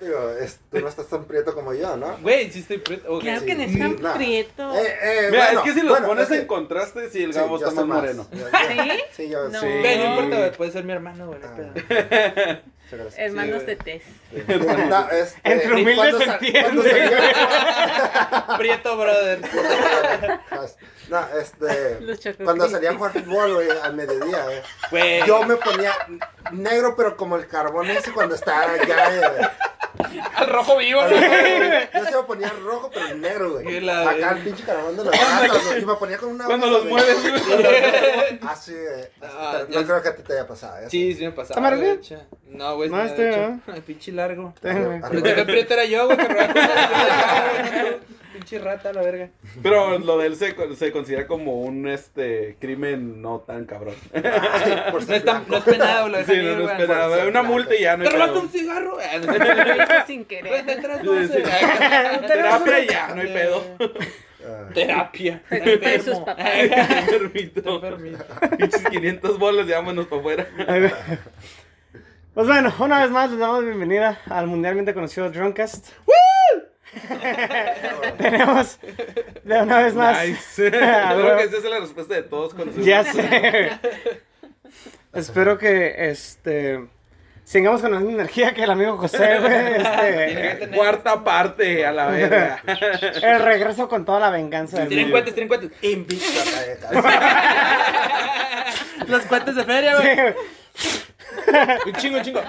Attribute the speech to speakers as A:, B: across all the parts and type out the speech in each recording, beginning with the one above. A: Digo, es- tú no estás tan prieto como yo, ¿no?
B: Güey, sí estoy prieto. ok.
C: Claro
A: Sí,
C: que no es
A: sí,
C: tan
A: nah.
C: prieto.
A: Eh, eh,
D: Mira,
A: bueno,
D: es que si los
A: bueno,
D: pones
A: es
D: en
A: que-
D: contraste, sí, el
A: sí,
D: Gabo
A: yo
D: está
A: estoy
D: más moreno.
A: yo- yo-
C: ¿Ah, ¿Sí?
A: Sí, yo
C: No.
A: sí.
C: Ve,
B: Güey, no importa, güey, puede ser mi hermano, güey. no hay
A: Ah.
B: pedo.
A: Muchas gracias.
C: Hermanos
B: Sí,
C: de Tess.
A: Sí. No, este,
E: Entre humildes
A: ¿cuándo
E: se
A: sa-
E: entiende.
A: cuándo salió?
B: Prieto, brother.
A: No, este.
C: Los Choco
A: Cuando
C: Crispies.
A: salía a jugar fútbol, güey, al mediodía, güey.
C: Eh.
B: Güey.
A: Yo me ponía negro, pero como el carbón ese cuando estaba eh, allá, güey.
E: Al rojo vivo, güey.
A: Yo se me ponía rojo, pero negro, güey.
B: Y la-
A: Acá el pinche caraván de los gatos, güey. Y me ponía con una.
D: Cuando
A: bolsa,
D: los
A: güey.
D: mueves, güey.
A: Así, güey.
B: Ah,
A: Pero
B: ya
A: no
B: sé.
A: creo que a ti te haya pasado, ¿eh?
B: Sí, sí me pasaba.
E: ¿Está marrón?
B: de hecho. No, güey.
E: No,
B: No,
E: este,
B: este, Pinche largo.
A: Arriba,
B: Lo
A: arriba.
B: que prieto era yo, güey. que robaba cosas de la verga, güey, tú, Pinche rata, la verga.
D: Pero lo de él se, con- se considera como un este crimen no tan cabrón.
A: Ay, por
B: No
A: ser
B: es, tan, no
A: blanco.
B: es penado, lo
D: Sí,
B: dejan
D: no,
B: ir,
D: no
B: güey.
D: esperaba.
A: por ser
D: Una
A: blanco.
D: multa y ya no
B: ¿Te
D: hay
B: robaste
D: pedo.
B: un cigarro? Eh, no.
C: Lo hizo sin
B: Te
C: querer.
B: traes
D: Sí,
B: doce.
D: sí. Terapia ya, no hay pedo.
A: Ah.
B: Terapia.
C: Fue culpa de sus
B: Enfermo.
C: papás.
D: Enfermito.
B: Enfermito.
D: Pinches 500 bolas, ya vámonos para afuera.
E: Pues bueno, una vez más les damos bienvenida al mundialmente conocido Drunkcast. Tenemos de una vez más.
D: Nice.
E: Ah,
D: Creo
E: bueno.
D: que esa es la respuesta de todos con su-
E: Ya sé. Espero que este sigamos con la misma energía que el amigo José, güey. Este,
D: Cuarta parte a la verga.
E: el regreso con toda la venganza del
B: Tienen
E: mundo.
B: cuates, tienen cuates.
A: Invicto, eh, cabrón.
B: Los cuates de feria,
E: Sí,
B: güey.
E: güey.
B: Un chingo, un chingo.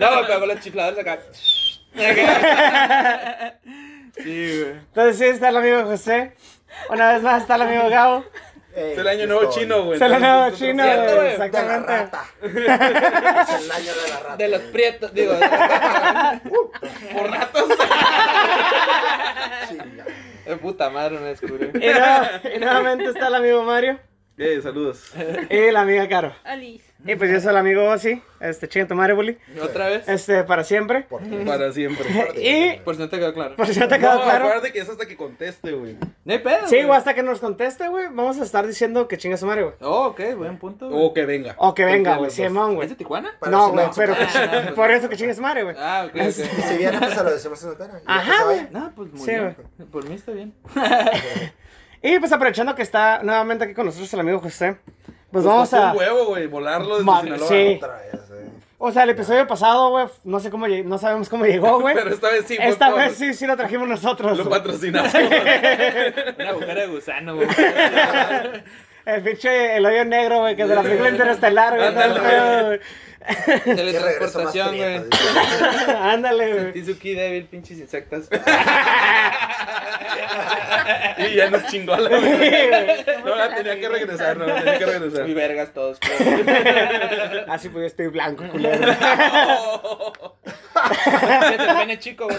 B: No, güey, pero con los chifladores acá. Sí, güey.
E: Entonces sí está el amigo José. Una vez más está el amigo Gabo.
A: Ey,
D: Es el año
A: aquí
D: nuevo
A: estoy.
D: chino, güey.
E: Es el año nuevo
D: Entonces,
E: chino,
B: Cierto,
D: nosotros-
B: güey.
E: güey,
A: De la
E: exactamente.
A: rata. Es el año de la rata.
B: De los
A: güey.
B: prietos, digo. Por ratos.
A: Chinga.
B: Eh, puta madre, no descubrí.
E: Y, nueva- y nuevamente está el amigo Mario
D: Eh, saludos.
E: y la amiga Caro.
C: Alice.
E: Y pues yo soy el amigo Ozzy, este chinga tu madre, bully.
B: ¿Otra vez?
E: Este, para siempre.
A: Por ti.
D: Para siempre.
E: Y
B: Eh, Por si no te quedó claro.
E: por si no te quedó
D: No,
E: Ah, claro.
D: acuérdate que es hasta que conteste, güey.
B: No hay pedo.
E: Sí,
B: güey.
E: o hasta que nos conteste, güey. Vamos a estar diciendo que chinga su madre, güey.
B: Oh, ok, buen punto. güey.
D: O que venga.
E: O que
D: Cualquiera
E: venga, güey.
D: pues. de los
E: Simón,
B: ¿Es
E: güey.
B: de Tijuana?
A: Para
E: No,
A: su
E: güey,
A: lado.
E: pero
B: Ah, no,
E: por
B: pues.
E: eso que chingue su madre, güey.
B: Ah, ok,
E: Este-
B: ok.
A: Si viene, pues se lo decimos en su cara. y ya
E: Ajá,
A: que se
E: güey.
A: vaya.
B: No, pues muy
E: Sí,
B: bien. Por mí está bien.
E: Y pues aprovechando que está nuevamente aquí con nosotros el amigo José, pues
D: Nos
E: vamos
D: costó
E: a...
D: un huevo, güey, volarlo desde
E: Madre,
D: Sinaloa.
E: sí.
A: Otra vez, eh.
E: O sea, el episodio pasado, güey, no sé cómo lleg- no sabemos cómo llegó, güey.
D: Pero esta vez sí. fue
E: Esta
D: por-
E: vez sí, sí lo trajimos nosotros.
D: Lo
E: güey.
D: patrocinamos.
B: Una agujera de gusano, güey.
E: El pinche, el hoyo negro, güey, que es de la película interestelar, güey. todo el
B: Ándale,
E: pedo, güey.
A: Qué regreso más
B: Teletransportación,
A: prieto,
B: güey.
A: dice.
E: Ándale, güey.
B: Tizuki débil, pinches insectos.
D: y ya nos chingó a la verga.
E: Sí, güey.
D: No, la tenía que regresar, no, la tenía que regresar.
B: Muy vergas todos. pero-
E: Así pues yo estoy blanco, culero.
B: Fíjate, pene chico, güey.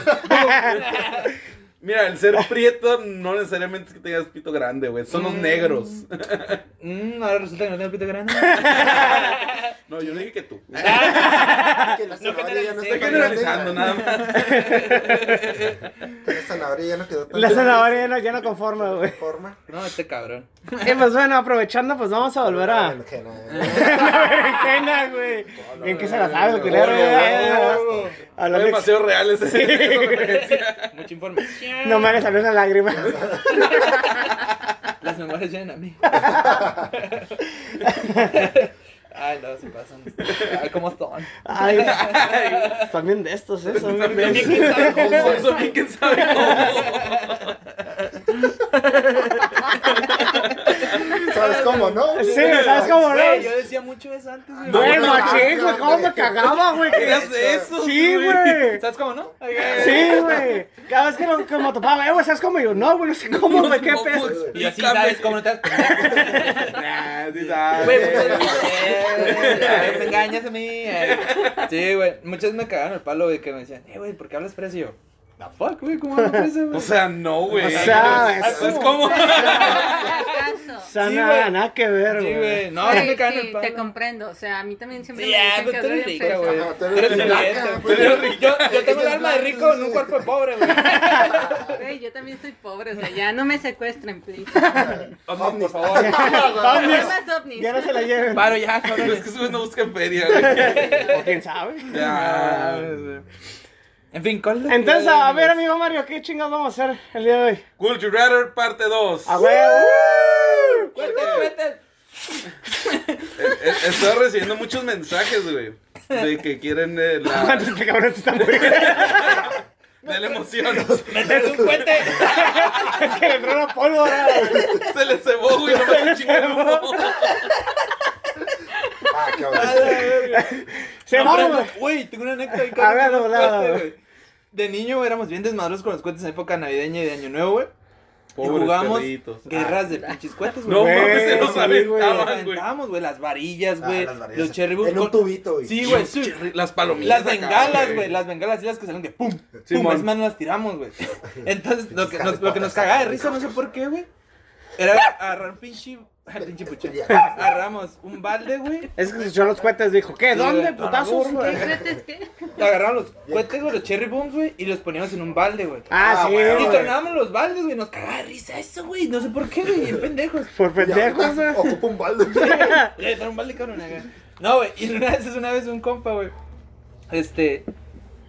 D: Mira, el ser prieto no necesariamente es que tengas pito grande, güey. Son los negros.
B: Mm, ahora resulta que no tengo pito grande.
D: No, yo no dije que tú.
A: Que la
B: No
A: zanahoria ya no
B: generalicé,
D: Estoy
A: está tan grande,
D: generalizando nada más.
A: güey. Que la zanahoria ya no quedó tan
E: La
A: grande.
E: zanahoria ya no, ya no conforma, güey.
A: Forma.
B: No, este cabrón.
E: Y pues bueno, aprovechando, pues vamos a volver a... La berenjena, güey. Bien que se la sabe el culero, güey. A
D: Fue
E: la mix-
D: demasiado real ese. esa referencia.
B: Mucha información.
E: No me le salió una lágrima.
B: Las memorias llegan a mí. Ay, no, se pasan. Ay, ¿cómo están?
E: Ay, son bien de estos, eh. Son bien de
B: También
E: estos.
B: quién sabe cómo.
D: Eso bien, quién sabe cómo.
A: ¿Sabes cómo, no?
E: Sí, ¿sabes cómo
B: Güey, yo
E: no?
B: decía mucho eso antes, güey.
E: Güey,
A: no,
E: machín,
A: no,
E: güey.
A: no,
E: ¿Cómo me
A: güey.
E: cagaba, güey?
D: ¿Qué haces eso?
E: Sí, güey.
B: ¿Sabes cómo no?
E: Sí, güey. Cada vez que lo que me topaba, eh, güey, ¿sabes cómo? Y yo, no, güey, no sé cómo, güey, qué
D: No, pues,
E: pedo.
D: güey.
B: Y así sabes cómo no te das
D: Nah, sí
B: Güey, muchas
D: sabe.
E: pues,
B: veces, eh, me engañas a mí. eh. Sí, güey, muchas me cagaron el palo, güey, que me decían, eh, güey, ¿por qué hablas precio? The fuck, güey, ¿cómo ando presa, güey?
D: O sea, no, güey.
E: O sea,
D: es,
E: es-
D: como.
C: Acaso.
E: Sana,
B: Sí, güey.
E: nada que ver,
B: Sí,
E: güey.
B: güey. No,
C: Oye,
B: no me caen
C: sí,
B: el palo.
C: te comprendo. O sea, a mí también siempre
B: Sí,
C: me
B: ah,
C: dicen
B: pues,
C: que
B: tú
C: hablo
B: eres
C: bien
B: rica,
C: feo.
B: güey.
A: Ajá, tú
B: Tú eres
A: eres
B: prieta,
A: blanca,
B: tú
A: güey.
B: eres rica. Yo, yo tengo
A: Ella
B: el
A: es
B: alma de
A: blanca,
B: rico en
A: sí.
B: un cuerpo de pobre, güey.
C: Güey, yo también soy pobre, o sea, ya no me secuestren, please.
A: Ah,
B: Por favor.
C: Problemas ovnis.
E: Ya no se la lleven.
B: Paro ya,
D: Es
B: cabrones.
D: que ustedes no buscan feria, güey.
E: O quién sabe.
D: Ya.
B: En fin, ¿cuál es la
E: Entonces,
B: actividad
E: a
B: de-
E: ver, amigo Mario, ¿qué chingados vamos a hacer el día de hoy?
D: Cool You Rather, parte Eh, 2.
E: ¡A uh, huevo!
B: Cuenten, cuenten.
D: Estoy eh, recibiendo muchos mensajes, güey. De que quieren eh, la,
E: ¿Cuántos de cabrones están muriendo?
D: de la emoción.
B: Métete un puente.
E: Es que le entró una pólvora.
D: Se les cebó, güey. No me chingó el humo.
A: Ah, qué bueno.
E: Se
B: No,
E: va,
B: pero,
E: güey.
B: Güey, tengo una anécdota ahí
E: A ver,
B: los
E: doblado,
B: cohetes,
E: güey.
B: güey. De niño, güey, éramos bien desmadrosos con los cohetes en época navideña y de año nuevo, güey. Y
D: Pobres
B: jugamos
D: perritos. Ah,
B: guerras de pinches cohetes, güey.
D: No
E: Güey,
D: mames, se los
E: sí,
B: Nos
D: aventaban, güey.
B: aventábamos, güey, las varillas,
A: Ah,
B: güey,
A: las varillas.
B: los cherry
A: En un
B: con-
A: tubito, güey.
B: Sí, güey, sí.
D: Las palomitas.
B: Las
D: acá,
B: bengalas, güey, las bengalas y las que salen de pum, pum,
D: Simón.
B: es más, no las tiramos, güey. Entonces, lo que
A: Pinches
B: nos, lo que nos cagaba de risa, no sé por qué, güey, era agarrar pinche, pinche pucha, agarramos un balde, güey,
E: Es que escuchó los cohetes, dijo, ¿qué?
B: Sí,
E: ¿Dónde,
B: güey,
E: putazos?
B: a la
C: ¿Qué
E: güey?
C: crees que?
B: agarramos los cohetes, güey, los cherry booms, güey, y los poníamos en un balde, güey.
E: Ah,
A: Ah,
E: sí,
A: güey.
B: Y
E: güey.
B: tornábamos los baldes, güey, nos cagaba de risa eso, güey, no sé por qué, güey, bien pendejos.
E: Por
A: Ya,
E: pendejos,
A: ocupa-
B: Oh.
E: güey.
A: Ocupa un balde.
B: Le entraron un balde, cabrón, acá. No, güey, y una vez, una vez un compa, güey, este,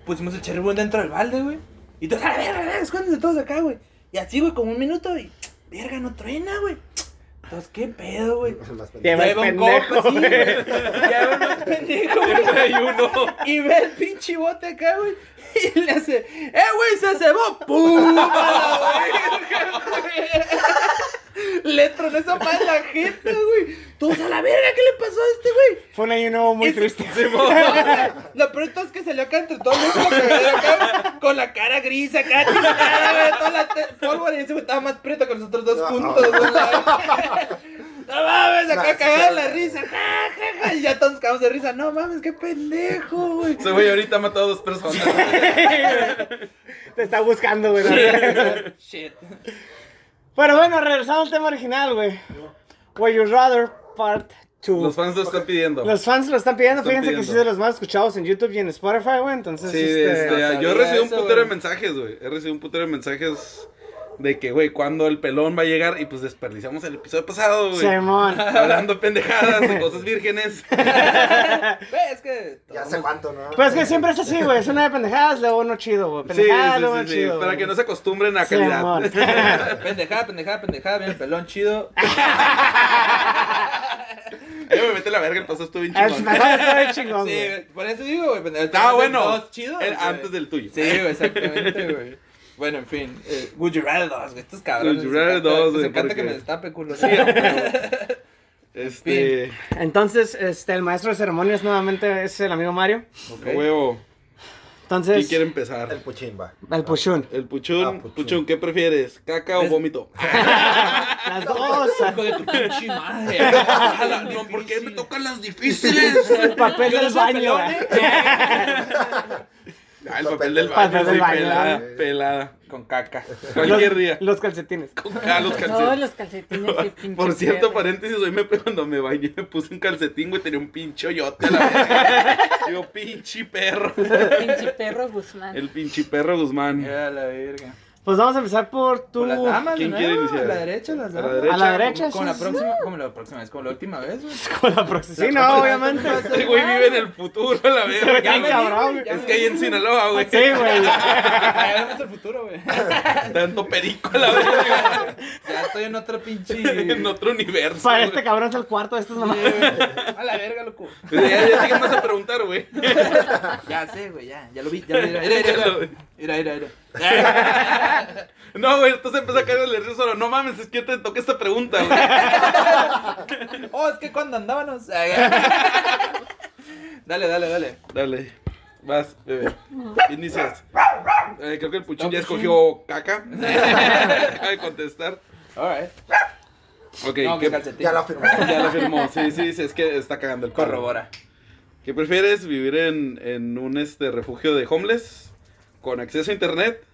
B: pusimos el cherry bomb dentro del balde, güey, y todos, a la verga, a la verga, escóndense todos acá, güey. Y así, güey, como un minuto, y, verga, no truena, güey. Entonces, qué pedo, güey.
A: Las
E: Te va el
B: Lleva un compa,
E: pendejo,
B: sí, güey.
E: güey.
B: Lleva un más pendejo, güey.
D: Siempre hay uno.
B: Y ve el pinche bote acá, güey. Y le hace, ¡eh, güey! ¡Se cebó! ¡Pum! A la verga, güey. Le tronó esa madre a la gente, güey. Todos a la verga, ¿qué le pasó a este, güey?
E: Fue un año nuevo muy
B: Ese-
E: triste.
B: Lo peor de todo es que salió acá entre todos los cagadero acá, con la cara gris acá, chingada, güey, toda la te- pólvora. Y ese güey estaba más preto que nosotros dos juntos, güey. No mames, acá
A: No,
B: cagado
A: sí,
B: la
A: sí.
B: risa, ja, ja, ja, y ya todos nos cagamos de risa. No mames, qué pendejo, güey.
D: Se güey ahorita ha matado a dos personas.
E: Te está buscando, güey. Pero
B: Shit.
E: bueno, regresando al tema original, güey. Would you rather part 2.
D: Los fans lo están pidiendo.
E: Los fans lo están pidiendo,
D: Están
E: fíjense que
D: pidiendo.
E: sí es de los más escuchados en YouTube y en Spotify, güey. Entonces,
D: Sí,
E: este,
D: este,
B: no
D: yo he
B: sabía
D: recibido un
B: eso,
D: putero de
B: güey.
D: mensajes, güey. He recibido un putero de mensajes de que, güey, cuando el pelón va a llegar y pues desperdiciamos el episodio pasado, güey.
E: Simón.
D: Hablando pendejadas de cosas vírgenes.
B: Güey, es que.
A: Ya sé cuánto, ¿no?
E: Pues es que siempre es así, güey. Es una de pendejadas, luego uno chido, güey. Pendejadas, luego uno chido.
D: Para
E: güey.
D: que no se acostumbren a
E: Simón.
D: calidad.
B: Pendejada, pendejada, pendejada, bien pelón chido.
D: Yo me mete la verga, el pasado estuvo bien
E: El
D: chingón.
E: pasado está bien chingón,
B: Sí,
E: güey.
B: güey, por eso digo, güey. pendejo,
D: Estaba
B: tenemos
D: bueno.
B: dos chidos,
D: el-
B: güey.
D: antes del tuyo.
B: Sí, güey, exactamente, güey. Bueno, en fin. Eh, Would you rather 2, güey. Estos cabrones.
D: Would you
B: les
D: rather
B: encanta-
D: dos,
B: les
D: güey,
B: encanta
D: porque-
B: que me destape, culo.
D: Sí, a huevo. Este.
E: Entonces, este, el maestro de ceremonias nuevamente es el amigo Mario.
D: a Huevo. ¿Quién
E: Entonces,
D: quiere empezar?
A: El puchimba.
E: el pushun.
D: El puchón.
A: Ah,
D: puchón.
A: puchón.
D: ¿qué prefieres? ¿Caca o
B: Es-
D: vómito?
E: Las dos.
B: Hijo de tu pinche madre.
D: no, ¿por qué me tocan las difíciles?
E: El papel
B: Yo no
E: del
B: soy
E: baño.
B: pelón,
E: güey.
B: ¿eh?
D: Ah, el papel del baño.
E: Papel del
D: sí,
E: baño,
D: pelada,
A: ¿no?
D: pelada.
B: Con caca.
D: Cualquier día.
E: Los calcetines.
D: Con ca- los
C: No,
D: calcetines.
C: los calcetines. qué pinche
D: Por cierto,
C: perra.
D: paréntesis, hoy me cuando me bañé me puse un calcetín, güey, tenía un pinche hoyote a la verga. Digo, pinche perro.
C: Pinche perro Guzmán.
D: El pinche perro Guzmán.
B: Ya, la verga.
E: Pues vamos a empezar por tu.
B: Por las damas,
D: ¿quién
B: de
D: quiere
B: nuevo,
D: iniciar?
B: A la derecha, las
D: A la
B: damas.
D: derecha.
E: A la derecha,
B: Como, como la
E: sí,
B: próxima, como la próxima vez, como la última vez, güey.
E: Con la próxima. Sí, no, obviamente.
D: Este güey vive en el futuro, a la
E: ve
D: verga.
E: tan
D: güey.
E: cabrón, güey.
D: Es que ahí en Sinaloa, güey.
E: Sí, güey.
B: Ya vemos el futuro, güey.
D: Tanto perico, a la verga.
B: Ya estoy en otro pinche.
D: En otro universo.
E: Para este
D: güey.
E: cabrón es el cuarto, esto es nomás.
B: A la verga, loco.
D: Pues Ya, ya sé qué me vas a preguntar, güey.
B: Ya sé, güey, ya. Ya lo vi. Ya lo vi. Mira, mira,
D: Ya lo
B: mira.
D: vi.
B: Mira, mira, mira.
D: No, güey, entonces empezó a caer el río solo. No mames, es que te toqué esta pregunta, güey.
B: Oh, es que cuando andábamos. Dale, Ah, dale, dale.
D: Dale. Vas, bebé. Inicias. Eh, creo que el puchín
B: No,
D: ya
B: Puchín.
D: escogió caca. Acaba de contestar.
B: Alright.
D: Ok,
B: No, mis
D: ¿qué-
A: Ya
B: calcetines.
A: lo firmó.
D: ya la firmó. Sí, sí, sí, es que está cagando el perro.
B: Corrobora.
D: ¿Qué prefieres? ¿Vivir en, en un este, refugio de homeless con acceso a internet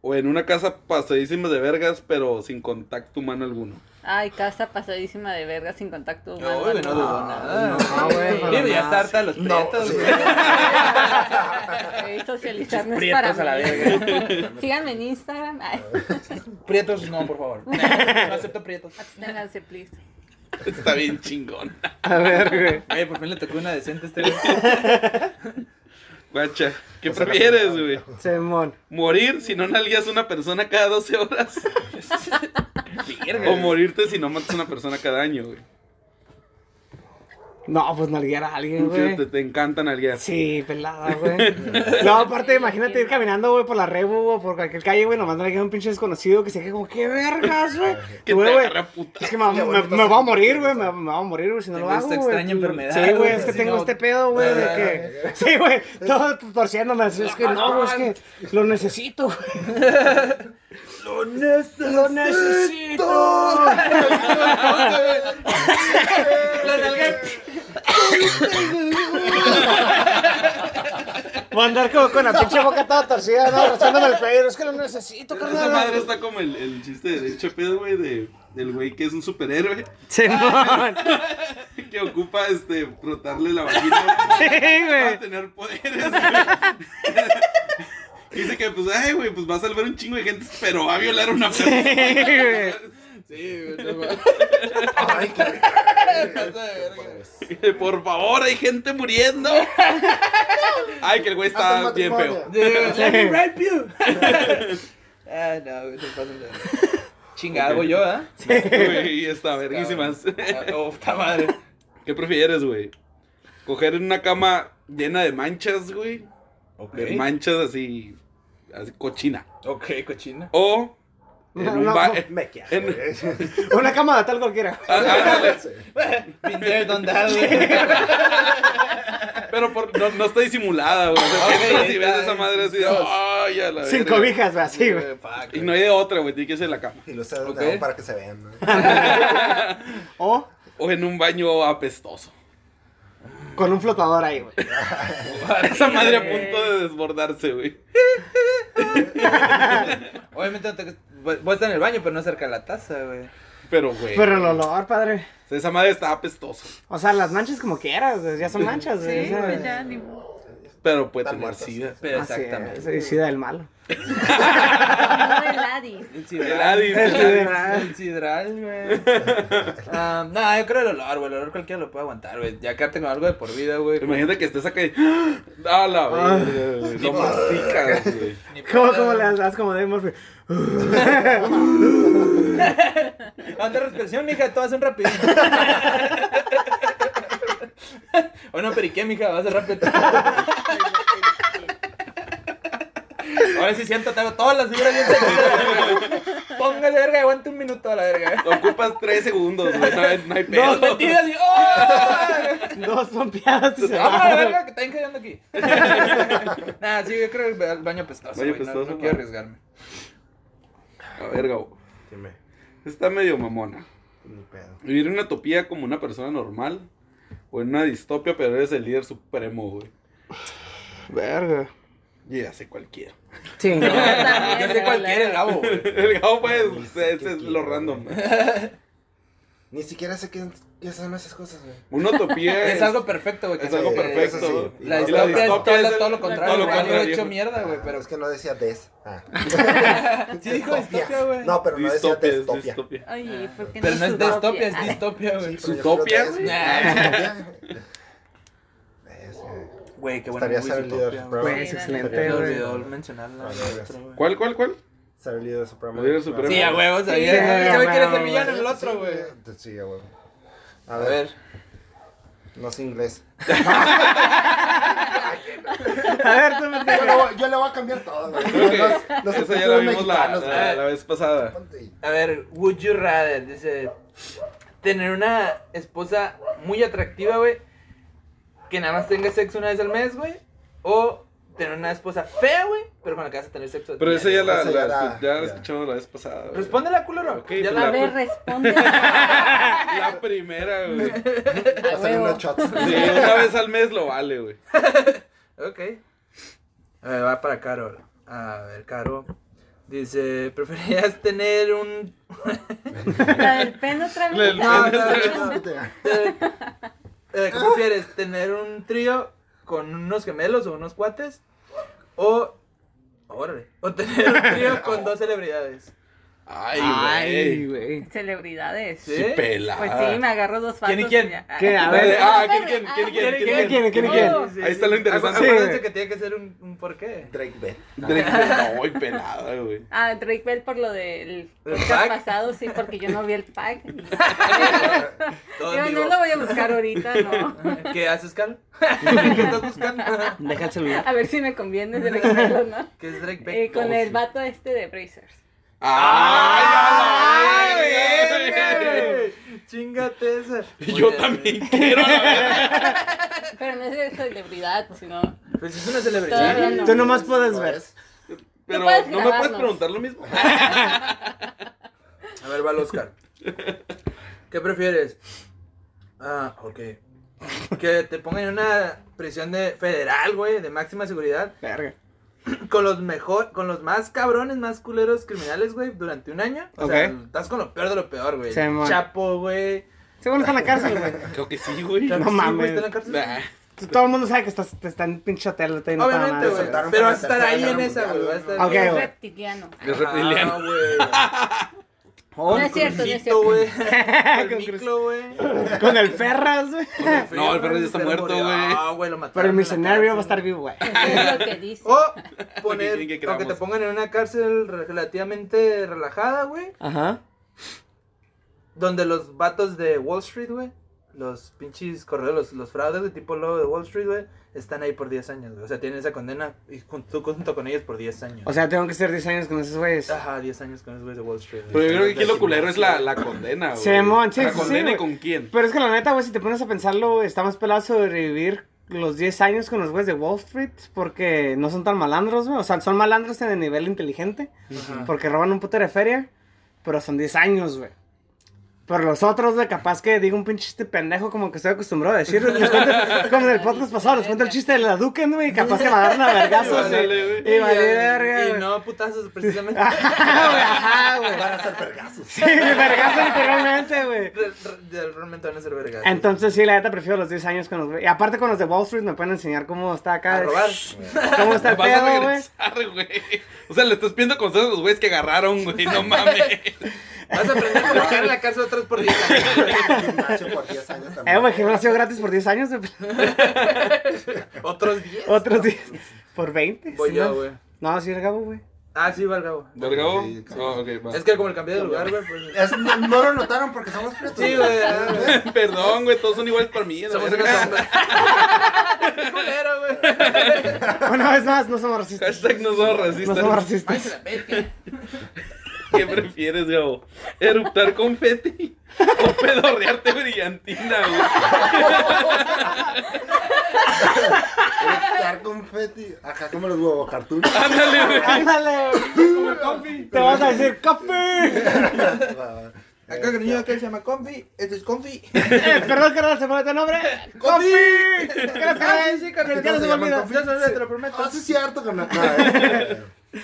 D: o en una casa pasadísima de vergas, pero sin contacto humano alguno.
C: Ay, casa pasadísima de verga sin contacto humano.
B: güey, Ah, no dudo nada.
E: No, güey.
B: Digo, ya está harta de los
A: No.
B: prietos,
A: Sí.
B: güey.
C: Ey, socializar no es
B: Prietos
C: para
B: a la
C: mí.
B: verga.
C: Síganme en Instagram. Ay,
B: Prietos, no, por favor. No acepto prietos.
C: absténganse, please.
D: Está bien chingón.
E: A ver, güey.
B: Ay, por fin le tocó una decente a este güey.
D: Guacha, ¿qué prefieres, güey?
E: Simón.
D: ¿Morir si no nalgueas a una persona cada 12 horas?
B: Verga,
D: ¿O
B: güey.
D: morirte si no matas a una persona cada año, güey?
E: No, pues nalguear a alguien,
D: Te,
E: güey.
D: te, te encanta nalguear.
E: Sí, pelada, güey. No, aparte, imagínate ir caminando, güey, por la Rebu, güey, por cualquier calle, güey, nomás nalguear a un pinche desconocido que se quede como, ¿qué vergas, güey?
D: Que
E: Güey,
D: te
E: güey.
D: agarra puta.
E: Es que me,
A: Qué
E: me,
A: bonito
E: me voy a
A: sentir
E: morir,
A: eso.
E: güey. Me, me voy a morir, güey, si no lo
B: Tengo
E: hago.
B: esta
E: güey.
B: extraña enfermedad,
E: Sí, güey,
B: güey,
E: es que
B: si
E: tengo
B: no-
E: este pedo, güey, de
B: Ah,
E: que. Sí, güey, todo torciéndome. así, Es que no, güey, es que lo necesito, güey.
B: Lo necesito.
E: Lo necesito.
B: La nalga.
E: Voy a andar como con la pinche boca toda torcida, ¿no? Rozándome el pedo. Es que lo necesito,
D: Esa madre
E: carnal.
D: está como el, el chiste de hecho pedo, güey, de, del güey que es un superhéroe
E: Simón.
D: Ah, que ocupa, este, frotarle la vagina
E: Sí, güey.
D: para tener poderes, güey. Dice que, pues, ay, güey, pues va a salvar un chingo de gente, pero va a violar a una persona.
E: Sí, güey.
D: Sí, güey, no mames.
A: Ay, qué rico.
D: Por favor, hay gente muriendo. Ay, que el güey
A: Haz
D: está
A: un
D: bien
A: matrimonio.
D: feo.
B: Let me rape you. Ah, no, güey, se pasan de... Chingado voy yo, ¿ah?
D: Güey, está verguísimas.
B: Ah, Oh, puta madre.
D: ¿Qué prefieres, güey? Coger en una cama llena de manchas, güey.
B: Ok.
D: De manchas así, así cochina.
B: Ok, cochina.
D: O en
E: No,
D: un
E: no,
D: ba-
E: no.
D: en-
A: Me queda.
D: En-
A: güey.
E: Una cama de tal cualquiera.
D: Ah, ah, ah,
A: Sí.
B: Been there, done that, güey.
D: pero por- no, no está disimulada, güey. O sea,
B: Ok,
D: entras y
B: está
D: ves
B: bien.
D: esa madre así, de, ay, a la
E: Sin
D: verga.
E: cobijas, güey, así, güey.
B: Fuck,
D: Y
B: güey.
D: no hay de otra, güey, tiene que ser en la cama.
A: Y lo usas de
B: Ok.
A: nuevo para que se vean. ¿no?
E: O
D: O en un baño apestoso.
E: con un flotador ahí, güey.
D: Esa madre a punto de desbordarse, güey.
B: Obviamente no te... Voy a estar en el baño, pero no cerca de la taza, güey.
D: Pero, güey.
E: Pero el olor, padre.
D: o sea, Esa madre está apestosa.
E: O sea, las manchas como quieras, güey, ya son manchas, güey.
C: Sí,
E: o sea,
C: pues ya, ni modo.
D: Pero puede
A: Tan
D: tener
A: muertas.
D: sida.
B: Pero
E: así
B: exactamente.
E: es, suicida del malo.
C: No, el Adi.
B: El
D: El Adis,
B: sidral.
D: el
E: Adis.
B: El sidral, güey. Ah, no, yo creo el olor, güey. El olor cualquiera lo puede aguantar, güey. Ya quedarte con algo de por vida, güey.
D: Imagínate que estés acá y. ¡Ah, la verga! güey! Lo masticas, güey.
B: Ni
E: ¿Cómo,
B: pedo,
E: cómo
B: güey.
E: le das como de Murphy?
B: Anda respiración, mija, tú haces un rapidito. o no periqué, mija, vas a rápido. Ahora sí siento, tengo todas las figuras bien seguidas. Póngase verga, aguante un minuto a la verga.
D: Ocupas tres segundos, güey. No, no hay pedo.
B: Dos metidas y ¡oh!
E: Dos pompeadas y se
B: Vamos
D: Ah,
B: a la
E: va.
B: verga que están cayendo aquí. Nada, sí, yo creo que el baño pestoso.
D: Baño
B: güey, no-
D: pestoso,
B: no,
D: ¿no?
B: quiero arriesgarme.
D: A verga, güey.
A: Dime.
D: Está medio mamona.
A: Ni pedo.
D: Vivir en una utopía como una persona normal. O en una distopia, pero eres el líder supremo, güey.
E: Verga.
D: Y hace cualquiera.
E: Sí, no.
B: Yo sé cualquiera el gabo, güey.
D: El gabo, pues,
A: Ni
D: es,
A: sé
D: es
A: qué
D: lo
A: quiero,
D: random. güey.
A: Ni siquiera sé quién quiénes son esas cosas, güey.
D: Una utopía es,
B: Es algo perfecto, güey. que
D: es algo
B: no-
A: Sí,
D: perfecto.
A: eso sí.
D: güey.
A: Y
B: La historia es todo,
D: distopia
B: todo
D: el-
B: lo contrario.
D: todo lo
B: güey. Yo he
D: contrario.
B: hecho mierda, güey, pero...
A: Ah, Es que no decía des. Ah.
B: Sí dijo distopia, güey.
A: No, pero no decía
D: Distopia es
A: destopia.
D: distopia.
C: Oye, ¿por qué Ah.
B: Pero no es distopia, es distopia,
C: distopia.
B: güey.
A: Pero yo
D: ¿Zootopia,
A: creo que
D: güey? Ah.
A: es- Es, güey.
B: Güey, qué
A: Estaría ser el líder
B: güey.
A: supremo.
E: Güey, es excelente,
B: Se me
E: güey.
B: olvidó mencionarla.
A: Ah,
B: güey,
A: ya.
B: otra, güey.
D: ¿Cuál, cuál, cuál?
A: Ser el líder supremo.
D: El líder supremo.
B: Sí, a huevo, sabía.
E: Sí,
B: Ese güey
E: güey,
B: quiere ser
E: güey.
B: villano en el otro, güey.
A: Sí, a huevo. A
B: A
A: ver,
B: ver.
A: no sé inglés.
E: A ver, tú me
A: Yo le voy, yo le voy a cambiar todo, güey.
D: Creo que
A: Los, los
D: esa ya la
A: subtítulos
D: vimos la,
A: mexicanos,
D: la-
A: güey.
D: la vez pasada.
A: Ponte ahí.
B: A ver, would you rather, dice, tener una esposa muy atractiva, güey, que nada más tenga sexo una vez al mes, güey, o tener una esposa fea, güey, pero con la que vas a tener sexo.
D: Pero esa ya la,
A: Esa
D: la-
A: ya la-
D: ya la
A: ya.
D: escuchamos la vez pasada. güey.
B: Respóndela, culero.
D: Ok,
B: ya
D: pues
B: la
C: A
D: la-
C: ver, responde.
D: La primera, güey. Sí,
A: Hacer unos shots.
D: una vez al mes lo vale, güey.
B: Ok. A ver, va para Carol. A ver, Caro. Dice, ¿preferirías tener un...
C: La del pene otra vez.
D: Del
B: No, no,
A: No,
B: no,
A: que
B: no.
A: te-
B: Eh, eh, ¿Qué prefieres? ¿Tener un trío con unos gemelos o unos cuates? O... Órale. O tener un trío con dos celebridades.
D: Ay, güey.
E: güey.
C: Celebridades.
B: Sí.
D: Sí, pelada.
C: Pues sí, me agarro dos
B: ¿Quién y
C: falsos.
B: quién?
C: y ya.
E: ¿Qué? A
D: Ah,
E: ver.
D: ah, ¿quién, quién, quién, quién,
E: ¿Quién, quién, quién, quién, quién?
B: Oh, sí,
D: Ahí está lo
B: sí.
D: interesante.
B: Acu- Acuérdense que tiene que ser un, un porqué.
A: Drake Bell.
D: Drake, no, y pelada, güey.
C: Ah, Drake Bell por lo
B: ¿El
C: del podcast
B: pack?
C: pasado, sí, porque yo no vi el pack.
B: Todo
C: Yo
B: en
C: no
B: vivo.
C: lo voy a buscar ahorita, no.
B: ¿Qué haces, Carl? ¿Qué estás buscando?
E: Deja el celular.
C: A ver si me conviene de regalo, ¿no?
B: ¿Qué es Drake Bell?
C: Eh, con el vato este de Brazers.
D: ¡Ay, a la
E: ¡Ay,
D: verga,
E: verga!
D: güey!
B: Chingate esa.
D: Yo también quiero, la verga.
C: Pero no es de celebridad, sino.
B: Pues es una
C: Todavía
A: Ah,
B: celebridad.
C: no.
E: Tú nomás puedes ver.
A: Pues,
D: Pero
C: puedes
D: no me puedes
C: grabarnos.
D: preguntar lo mismo.
B: A ver, va el Oscar. ¿Qué prefieres? Ah, ok. Que te pongan en una prisión de federal, güey, de máxima seguridad,
E: Verga.
B: con los mejor, con los más cabrones, más culeros criminales, güey, durante un año. O sea,
E: Ok.
B: estás con lo peor de lo peor, güey.
E: Sí, mon.
B: Chapo, güey.
E: Seguro está en la cárcel, güey.
D: Creo que sí, güey.
B: Claro
E: No
B: que sí, güey,
E: mames.
B: está en la cárcel.
D: Nah.
E: Todo el mundo sabe que estás, te están pinche hotel. te- no te van a
B: Obviamente,
E: dar
B: güey.
E: eso.
A: soltaron
B: Pero
A: para
B: vas a
A: la
B: estar ahí
A: Tercera
B: en
A: Guerra
B: esa, güey. Vas a estar
E: Ok,
C: Es
E: güey.
C: reptiliano.
D: Es
B: Ah,
D: reptiliano.
B: güey.
E: Oh,
C: No es cierto, no es
B: Crucito, güey. Con
E: Con
B: el micro, güey.
E: Con el perras, güey.
D: No, el perro ya está muerto,
B: murió.
D: güey.
B: Ah, güey, lo mataron.
E: Pero el
B: en la
E: misionario va a
B: cárcel.
E: estar vivo, güey.
C: Es lo que dice.
B: O
D: Oh. Lo que
B: poner,
D: quieren que
B: o que te
D: queramos.
B: pongan en una cárcel relativamente relajada, güey.
E: Ajá.
B: Donde los vatos de Wall Street, güey. Los pinches corredores, los, los fraudes de tipo lobo de Wall Street, güey. Están ahí por 10 años, güey. O sea, tienen esa condena y junto, junto con ellos por 10 años.
E: O sea, tengo que ser 10 años con esos güeyes.
B: Ajá, 10 años con esos güeyes de Wall Street. güey.
D: Pero yo creo que aquí lo culero es la, la condena, güey.
E: Simón, sí,
D: La
E: sí, sí,
D: condena y
E: güey.
D: con quién.
E: Pero es que la neta, güey, si te pones a pensarlo, güey, está más pelado sobrevivir los 10 años con los güeyes de Wall Street porque no son tan malandros, güey. O sea, son malandros en el nivel inteligente
B: Ajá.
E: porque roban un puto de feria, pero son 10 años, güey. Pero los otros, güey, capaz que digo un pinche chiste pendejo como que estoy acostumbrado a decir. Les cuento, como en el podcast pasado, les cuento el chiste de la Duquen, güey, y capaz que me agarran a vergazos. güey.
D: Ándale, güey.
E: Y valió verga,
B: y
E: güey.
B: no putazos precisamente.
E: Ajá, güey, ajá, güey.
A: Van a ser vergazos.
E: Sí, vergazo literalmente, güey.
B: Re- re- Realmente van a ser vergas.
E: Entonces, sí, la neta prefiero los 10 años con los. güey. Y aparte, con los de Wall Street me pueden enseñar cómo está acá.
B: a robar.
E: ¿Cómo está el
D: Vas a
E: pedo, güey?
D: regresar, güey. O sea, le estás pidiendo consejos a los güeyes que agarraron, güey. No mames.
B: Vas a aprender a trabajar en la cárcel otros por 10 años.
A: Gimnasio por 10 años también.
E: Eh, güey, gimnasio gratis por 10 años, güey.
B: Otros 10.
E: Otros 10. Por 20.
B: Voy
E: sí,
B: yo,
E: ¿no?
B: güey.
E: No, sí, el Gabo, güey.
B: Ah, sí, va el Gabo.
D: ¿Del Gabo?
A: Sí, claro.
D: No, Oh, ok, va.
B: Es que como el cambié de lugar, güey, pues.
A: Es- no, no lo notaron porque somos prietos.
B: Sí, güey.
D: Perdón, güey, todos son iguales para mí. la
B: Somos
D: verga.
B: una sombra. Qué culero, güey.
E: Una vez más, no somos racistas.
D: Hashtag no somos
E: No
D: racistas.
B: Ay,
E: somos
B: se
E: racistas.
B: la pegue.
D: ¿Qué prefieres, Gabo? ¿Eruptar confeti o pedorrearte brillantina, güey?
A: Eructar confeti. Ajá, como los huevos cartuchos.
D: Ándale, güey.
E: Ándale, güey. Te vas a decir, coffee.
B: Acá el niño que se llama Confi. Esto es Confi.
E: Eh, perdón, carnal, se me olvidó tu nombre. ¡Coffee! ¿Qué les cae?
B: Ah, sí,
E: ¿Qué
B: carnal,
E: les
A: se
E: me
A: llaman
E: olvida?
A: Coffee?
B: Ya sabes, te lo prometo.
A: Ah, sí es cierto, con la... No, eh, eh. Eh,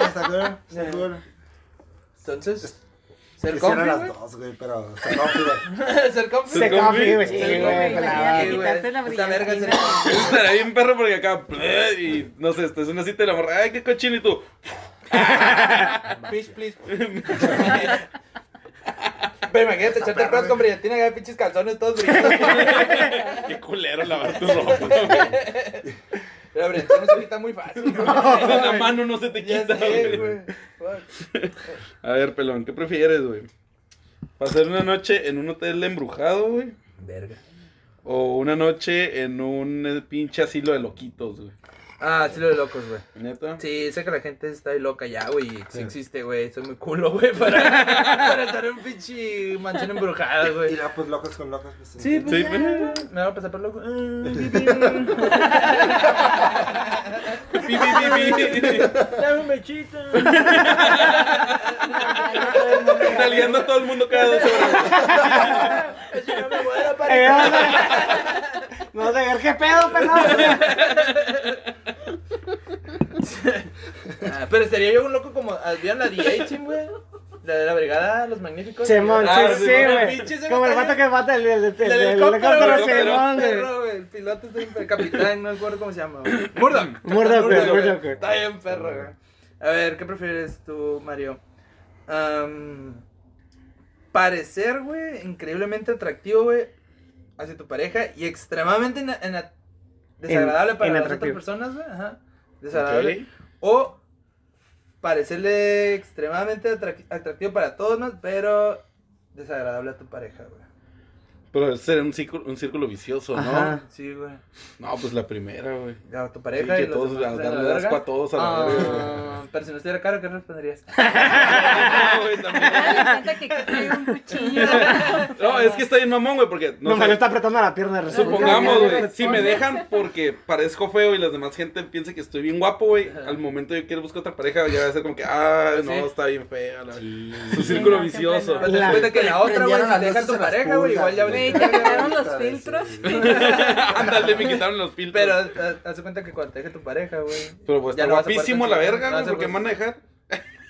A: está cool, está cool.
B: Entonces, ser
A: Quisiera las
B: Confi.
A: dos, güey, pero... está rápido.
B: güey. Ser Confi.
E: Se coffee, güey. Sí,
C: Sí,
E: güey.
C: güey,
E: pelada.
B: Sí,
C: imagínate quitarte la
B: güey. Esta verga es el-
C: brillantina.
D: Estará bien perro porque acá. bleh, Y no sé, estás en una cita de la morra. ¡Ay, qué cochino! Y tú.
B: Please, please. Pero imagínate echarte el cross con brillantina y pinches calzones todos brillantes.
D: ¡Qué culero lavar tu ropa! güey.
B: La brillantina se quita muy fácil.
D: La mano no se te
B: Ya
D: quita,
B: sé,
D: güey.
B: güey. Fuck.
D: A ver, pelón, ¿qué prefieres, güey? ¿Pasar una noche en un hotel embrujado, güey?
B: Verga.
D: ¿O una noche en un eh, pinche asilo de loquitos, güey?
B: Ah, sí, lo de locos, güey.
D: ¿Neta?
B: Sí, sé que la gente está ahí loca ya, güey. y Sí existe, güey. Soy muy culo, güey, para, para estar en pinche mansión embrujada,
A: Y
B: güey.
A: la, pues, locos con locos. Pues, sí.
B: Sí, pues
D: Sí.
B: ya, güey. Me va a pasar por loco. Ah, bi, bi.
D: Pi, pi, pi, pi.
B: Dame un mechito.
D: Nalgueando a todo el mundo cada dos horas.
B: Si no me voy a dar para-
E: Eh, vamos a- Vamos a ver qué pedo, pelado.
B: Ah, Pero este sería yo un loco como. ¿Vieron la DH, güey? La de la brigada, los magníficos.
E: Simón,
D: Ah,
E: sí, sí,
D: Simón.
E: güey.
B: Pinche ese
E: Como el
B: batalla.
E: vato que mata el
B: El
E: el- el- el
B: helicóptero,
E: helicóptero,
B: güey, el
E: Simón, güey.
B: perro, güey, El piloto es un el capitán, no me acuerdo cómo se llama. güey. Murdoch.
E: Murdoch, güey,
B: güey.
E: Murdoch, güey.
B: Está bien, perro, güey. A ver, ¿qué prefieres tú, Mario? Am, parecer, güey, increíblemente atractivo, güey, hacia tu pareja y extremadamente ina- ina- desagradable para las otras
E: inatractivo.
B: personas, güey. Ajá. Desagradable. O parecerle extremadamente atrac- atractivo para todos, ¿no? pero desagradable a tu pareja, güey.
D: Pero ese era un círculo, un círculo vicioso, ¿no?
E: Ajá.
B: Sí, güey.
D: No, pues la primera, güey.
B: A tu
D: Sí,
B: pareja y
D: que
B: los
D: todos
B: demás
D: a-
B: a la
D: darle
B: verga.
D: asco a todos a la
B: Ah,
D: verga.
B: Pero si no estuviera caro, ¿qué responderías?
D: No, güey, también.
C: Ah, cuenta que aquí traigo un cuchillo.
D: No, es que está bien mamón, güey, porque no
E: No, me lo
D: sé,
E: está apretando la pierna, resulta.
D: Supongamos,
C: Nunca
D: güey,
C: me
D: si me
C: responde.
D: dejan porque parezco feo y la demás gente piensa que estoy bien guapo, güey,
B: Ajá.
D: al momento yo quiero buscar otra pareja, ya va a ser como que, ah, no,
B: Sí.
D: está bien fea. la- Es un
C: Sí,
D: círculo
C: no, siempre
D: vicioso.
C: no.
B: Pero te das cuenta que la otra, güey,
A: Prendieron
B: si
A: las
B: te deja
A: luces
B: tu
A: en las
B: pareja, güey, igual ya
A: pulgas,
C: Güey,
B: valiste
C: te
B: verga,
C: quitaron
B: güey,
C: los
B: otra vez,
C: filtros.
B: sí.
D: Ándale, me quitaron los filtros.
B: Pero
D: Pero,
B: haz- haz de cuenta que cuando te deje tu pareja, güey.
D: pues
B: ya
D: está
B: no vas a poder
D: guapísimo la
B: conseguir-
D: verga,
B: no
D: güey,
B: vas a
D: ¿por qué me
B: poder-
D: van a dejar?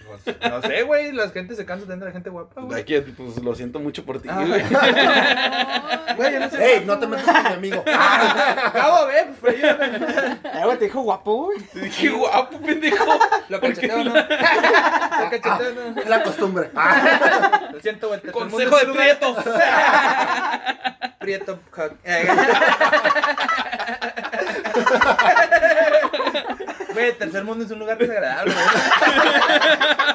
B: Pues, no sé, güey, la gente se cansa de tener a gente guapa, güey.
D: Aquí, pues lo siento mucho por ti,
B: Ah.
D: güey.
B: Güey, yo no sé.
A: Ey, no te metas con mi amigo. Ah,
B: Acabo, güey, pues fue yo, güey.
E: Eh, güey, te dijo guapo, güey.
D: Te dije, guapo, pendejo.
B: Lo cacheteo, ¿no? Lo cacheteo, ¿no?
A: la costumbre. Ah,
B: Lo siento, güey. te- todo el mundo
D: Consejo
B: es
D: de
B: un
D: prieto.
B: Prieto Cock. Güey, tercer mundo es un lugar desagradable, güey.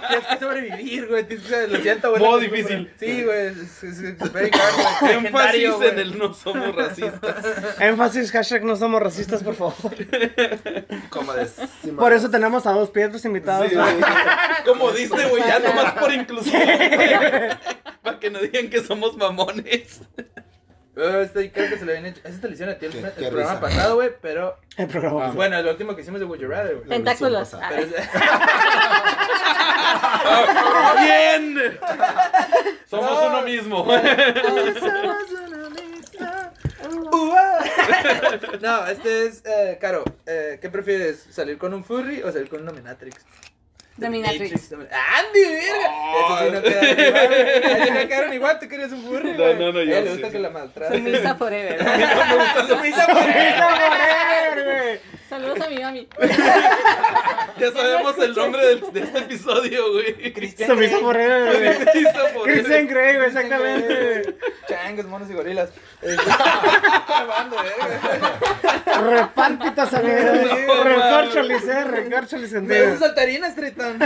B: Tienes que sobrevivir, güey. tienes que- Lo siento, güey.
D: Modo
B: la costumbre.
D: difícil.
B: Sí, güey. Es, es, es very hard, güey. Legendario,
D: Énfasis
B: güey.
D: en el no somos racistas.
E: Énfasis, hashtag, no somos racistas, por favor.
B: Como de-
A: sí, man.
E: Por eso tenemos a dos piedros invitados.
D: Sí,
E: güey.
D: güey. Como diste, güey, ya nomás por inclusión. Para que no digan que somos mamones.
B: Eh, Este creo que se le habían hecho. Ese te lo hicieron a ti el,
A: Qué-
B: el
A: qué
B: programa
A: risa.
B: pasado, güey. Pero
E: El programa. pasado.
B: bueno, lo último que hicimos de Would You Rather, güey.
C: Tentáculos.
A: La
B: Pero es-
D: ¡Bien! Somos
B: No.
D: uno mismo.
B: No, este es, eh, Caro, eh, ¿qué prefieres? ¿Salir con un furry o salir con un dominatrix?
C: Dominatrix.
B: domin- ¡Andy, verga! Eso sí no queda igual, güey. Ahí no quedaron igual, tú querías un furry,
D: No,
B: güey.
D: no, no,
B: A
D: yo
B: ella le
D: sí,
B: gusta
D: sí.
B: que la maltraten.
C: Sumisa forever.
B: Sumisa forever.
C: Saludos a mi mami.
D: Ya sabemos el nombre del- de este episodio, güey.
E: Se me hizo correr, güey.
D: Cristian Moreno.
E: Christian Grey, güey, exactamente.
B: Changos, monos y gorilas. Eh, Acabando, verga.
E: Repálpitas, amigo.
D: No,
E: Recórcholis, recórcholis
B: Me
E: entero.
B: gusta saltarinas, Tritón.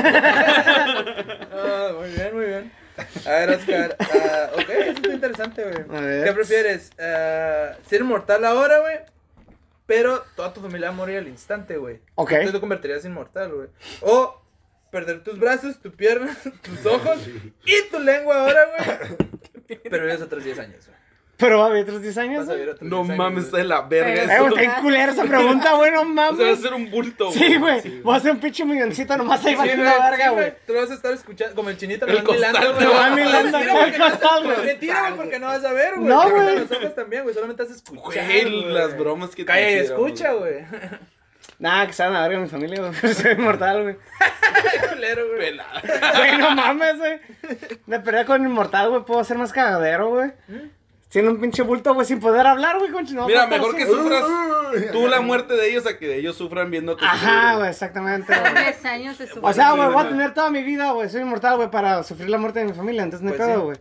B: Ah, muy bien, muy bien. A ver, Oscar. ah, ok, eso está interesante,
E: A
B: güey.
E: ver.
B: ¿Qué prefieres? Ah, ¿Ser inmortal ahora, güey? Pero toda tu familia va a morir al instante, güey.
E: Ok.
B: Entonces te convertirías en inmortal, güey. O perder tus brazos, tu pierna, tus ojos y tu lengua ahora, güey. Pero vives otros 10 años, güey.
E: Pero va a haber otros 10 años.
B: Vas a
E: güey.
B: vivir otros
D: No
B: 10 años,
D: mames, está
B: güey.
D: de la verga
E: Eh,
D: eso.
E: güey, está culero esa pregunta, güey, no
D: O sea, va a
E: mames.
D: ser un bulto,
E: Sí, güey. Voy a hacer un pinche milloncito nomás ahí
B: Sí, güey,
E: bajando la verga,
B: sí,
E: güey.
B: Tú lo vas a estar escuchando como el chinito.
D: El
B: lo van milando,
D: costal,
B: güey.
D: lo van
B: No,
E: milando
B: mentira,
E: acá
B: porque
E: el
B: no vas a-
E: costal, güey.
B: Mentira, güey, porque no vas a ver, güey.
E: No,
B: Te
E: güey.
B: quitan Los ojos también, güey. Solamente estás escuchando.
D: Güey, las bromas que te
B: Calla, y
D: hicieron,
B: escucha, güey.
E: Nah, que se van a la verga mi familia, güey. pero Soy inmortal, güey.
B: Qué culero, güey.
D: Pelada.
E: Güey, no mames, güey. De pelea con inmortal, güey, puedo ser más cagadero, güey. Siendo un pinche bulto, güey, sin poder hablar, güey, con no,
D: Mira,
E: voy a estar
D: mejor que
E: así.
D: sufras tú la muerte de ellos a que ellos sufran viendo tu
E: Ajá, güey, exactamente, güey.
C: Tres años de su
E: O sea,
D: Sí,
E: güey, voy a
D: güey.
E: tener toda mi vida, güey. Soy inmortal, güey, para sufrir la muerte de mi familia. Entonces no hay
B: Pues sí.
E: pedo, güey.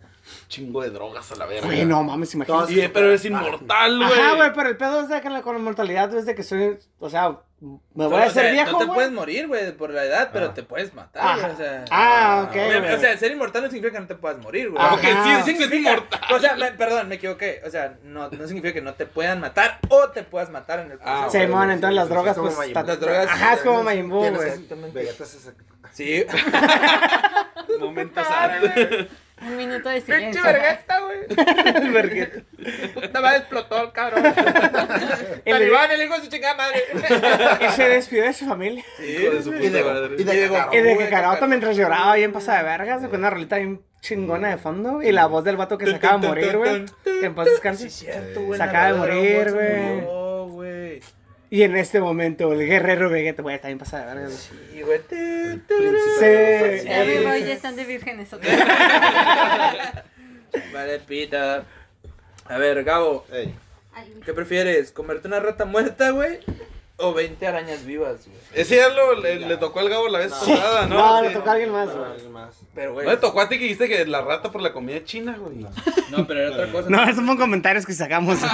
D: Chingo de drogas a la verga.
E: Güey, no mames, imagínate.
D: Y, eh, pero eres inmortal, güey.
E: Ajá, güey, pero el pedo es de que la, con la mortalidad es de que soy, o sea, me voy a
B: O sea,
E: hacer viejo,
B: No te puedes
E: güey.
B: morir, güey, por la edad, pero te puedes matar, güey.
E: Ajá.
B: O sea,
E: Ah, ok.
B: Obviamente,
E: güey.
B: O sea, ser inmortal no significa que no te puedas morir, güey.
E: Ah,
D: Porque
E: Ajá.
D: sí, dicen que es inmortal.
B: O sea, me- perdón, me equivoqué. O sea, no, no significa que no te puedan matar o te puedas matar en el
D: Ah,
B: proceso.
E: Sí,
D: güey,
E: man,
A: sí,
E: entonces
A: sí,
E: las
A: sí,
E: drogas,
A: sí,
E: pues,
A: como
E: está-
B: Las drogas-
E: Ajá, es como Majin Buu,
A: Tienes
E: güey.
A: que- Vegeta se sac-
B: Sí.
D: Momentos árabes.
C: Un minuto de
B: Pinche
C: silencio.
B: vergüenza, güey.
E: El verguete.
B: Nada más explotó el cabrón. Talibán, el hijo de su chingada madre.
E: Y se despidió de su familia.
D: Hijo de su
A: Y
D: puta
A: de,
D: madre.
A: y de Gagarro.
E: Y de
B: güey,
E: que
B: Kakaroto.
E: Kakaroto mientras lloraba bien pasada de vergas, con una rolita bien chingona de fondo. Y la voz del vato que se acaba de morir, güey. Que en paz
B: Sí, es
E: descanse.
B: cierto, güey.
E: Se acaba de
B: Naruto
E: morir,
B: Dragon Ball se
E: güey.
B: murió, güey.
E: Y en este momento, el guerrero Vegeta, güey, está bien pasada de verga, güey.
F: Y güey, tu, tu,
E: Sí.
C: Ya me voy, ya están de vírgenes otra vez.
F: Vale, pita. A ver, Gabo,
A: Ey,
C: Ay,
F: ¿qué prefieres? ¿Comerte una rata muerta, güey? ¿O 20 arañas vivas, güey?
D: Ese ya lo, le, le tocó al Gabo la vez pasada, ¿no?
E: No, le
D: Sí.
E: tocó a alguien más,
A: no,
E: güey.
A: alguien más.
F: Pero,
B: Pues,
F: güey.
D: No le tocó a ti que dijiste que la rata por la comida china, güey.
F: No, pero era otra cosa.
E: No, esos son comentarios que sacamos.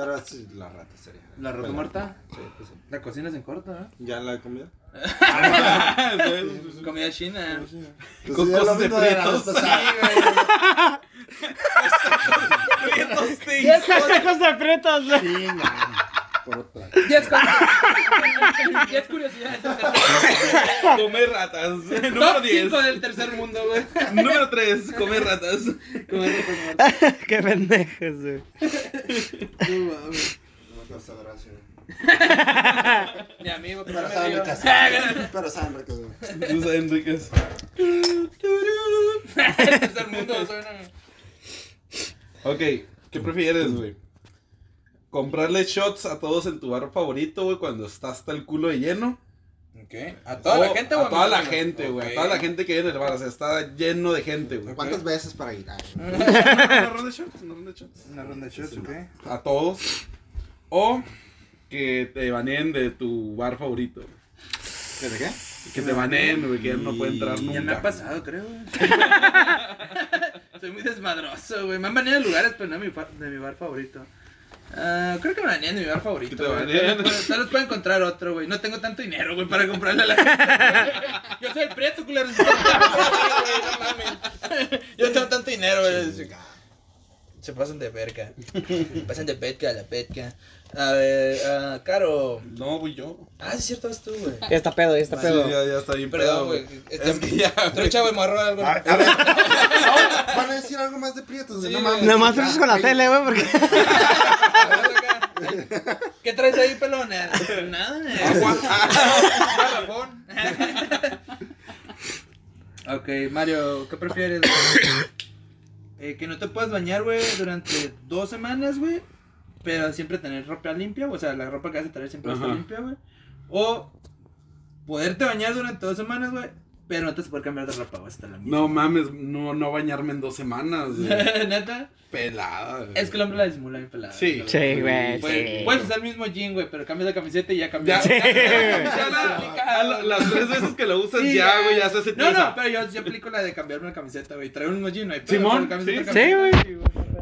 A: Ah, pero sí, la rata sería.
B: ¿La rata
A: Bueno,
B: muerta?
A: Sí, pues sí.
B: La cocinas en corto, ¿no?
A: ¿Ya la comida?
B: Comida china.
A: Pues
D: Con
A: sí, ya lo
D: cosas de
A: mismo de la vez
D: prietos.
A: pasada.
E: ¡Diez consejos de pretos, güey.
A: Chinga, por otra.
B: Ya es, cu- ya es curiosidad. es el tercer-
D: Comer ratas. Número
B: Top
D: 10.
B: 5 del tercer mundo, güey.
D: Número 3. Comer ratas.
B: Comer ratas muertas.
E: Qué pendejos, güey.
B: No mames.
A: No me causa gracia.
B: Mi amigo, que
A: Pero
B: no me
A: saben
B: río.
A: ricas. Pero saben ricas, güey.
D: Luz Enríquez.
B: El tercer mundo suena.
D: Ok, ¿qué prefieres, güey? ¿Comprarle shots a todos en tu bar favorito, güey, cuando está hasta el culo de lleno?
B: ¿Qué? ¿A toda la
D: O
B: gente,
D: A
B: güey?
D: toda la gente, güey.
B: Ok.
D: A toda la gente que viene en el bar. O sea, está lleno de gente, güey.
A: ¿Cuántas veces para ir? Ay,
D: ¿Una ronda de shots? ¿Una ronda de shots?
B: Una ronda de shots, ¿ok?
D: A todos. O que te baneen de tu bar favorito.
A: ¿De qué?
D: Que te baneen, güey, que ya no puede entrar nunca.
B: Ya me ha pasado, creo. güey. Soy muy desmadroso, güey. Me han baneado de lugares, pero no de mi, fa- de mi bar favorito. Ah, creo que me banean de mi bar favorito.
D: Que te
B: güey.
D: baneen.
B: Tal vez- Tal vez pueda encontrar otro, güey. No tengo tanto dinero, güey, para comprarle a la gente. Yo soy el preto, culero. Yo no mames.
F: Yo no tengo tanto dinero, güey.
B: Ah,
F: Se pasan de verga. Pasan de petca a la petca. A ver, ah, Caro.
D: No, güey, yo.
F: Ah, sí, es cierto, es tú, güey.
E: Ya está pedo, ya está
D: Sí,
E: pedo.
D: ya, ya está bien pedo,
F: Perdón, güey.
D: güey. Es que ya, güey. Ah,
F: Otro chavo, morro algo.
G: A ver,
A: No, Van a decir algo más de prietos, güey.
F: Sí,
A: No
F: güey.
A: mames.
E: Nomás
A: Ya,
E: truchas con la
A: güey.
E: tele, güey, porque.
F: ¿Qué traes ahí, pelona? Nada. eh.
B: Ah, Ok, Mario, ¿qué prefieres? Eh, que no te puedas bañar, güey, durante dos semanas, güey. Pero siempre tener ropa limpia, o sea, la ropa que vas a traer siempre está
D: Ajá.
B: limpia, güey. O poderte bañar durante dos semanas, güey, pero no te vas a poder cambiar de ropa, güey, hasta la misma.
D: No mames, no, no bañarme en dos semanas, güey.
B: Neta,
D: Pelada, güey.
B: es que el hombre la disimula bien pelada.
D: Sí.
B: güey.
E: Sí, güey,
B: Puedes,
E: sí.
B: puedes usar el mismo jean, güey, pero cambias la camiseta y ya
D: Ya,
B: cambias.
E: Sí.
D: ya la- a la- las tres veces que lo usas
B: Sí,
D: ya, güey, ya se hace
B: No, no,
D: tiza.
B: pero yo, yo aplico la de cambiarme la camiseta, güey. Traer un mismo jean, no hay
D: Simón,
B: pero camiseta,
E: sí.
B: camiseta,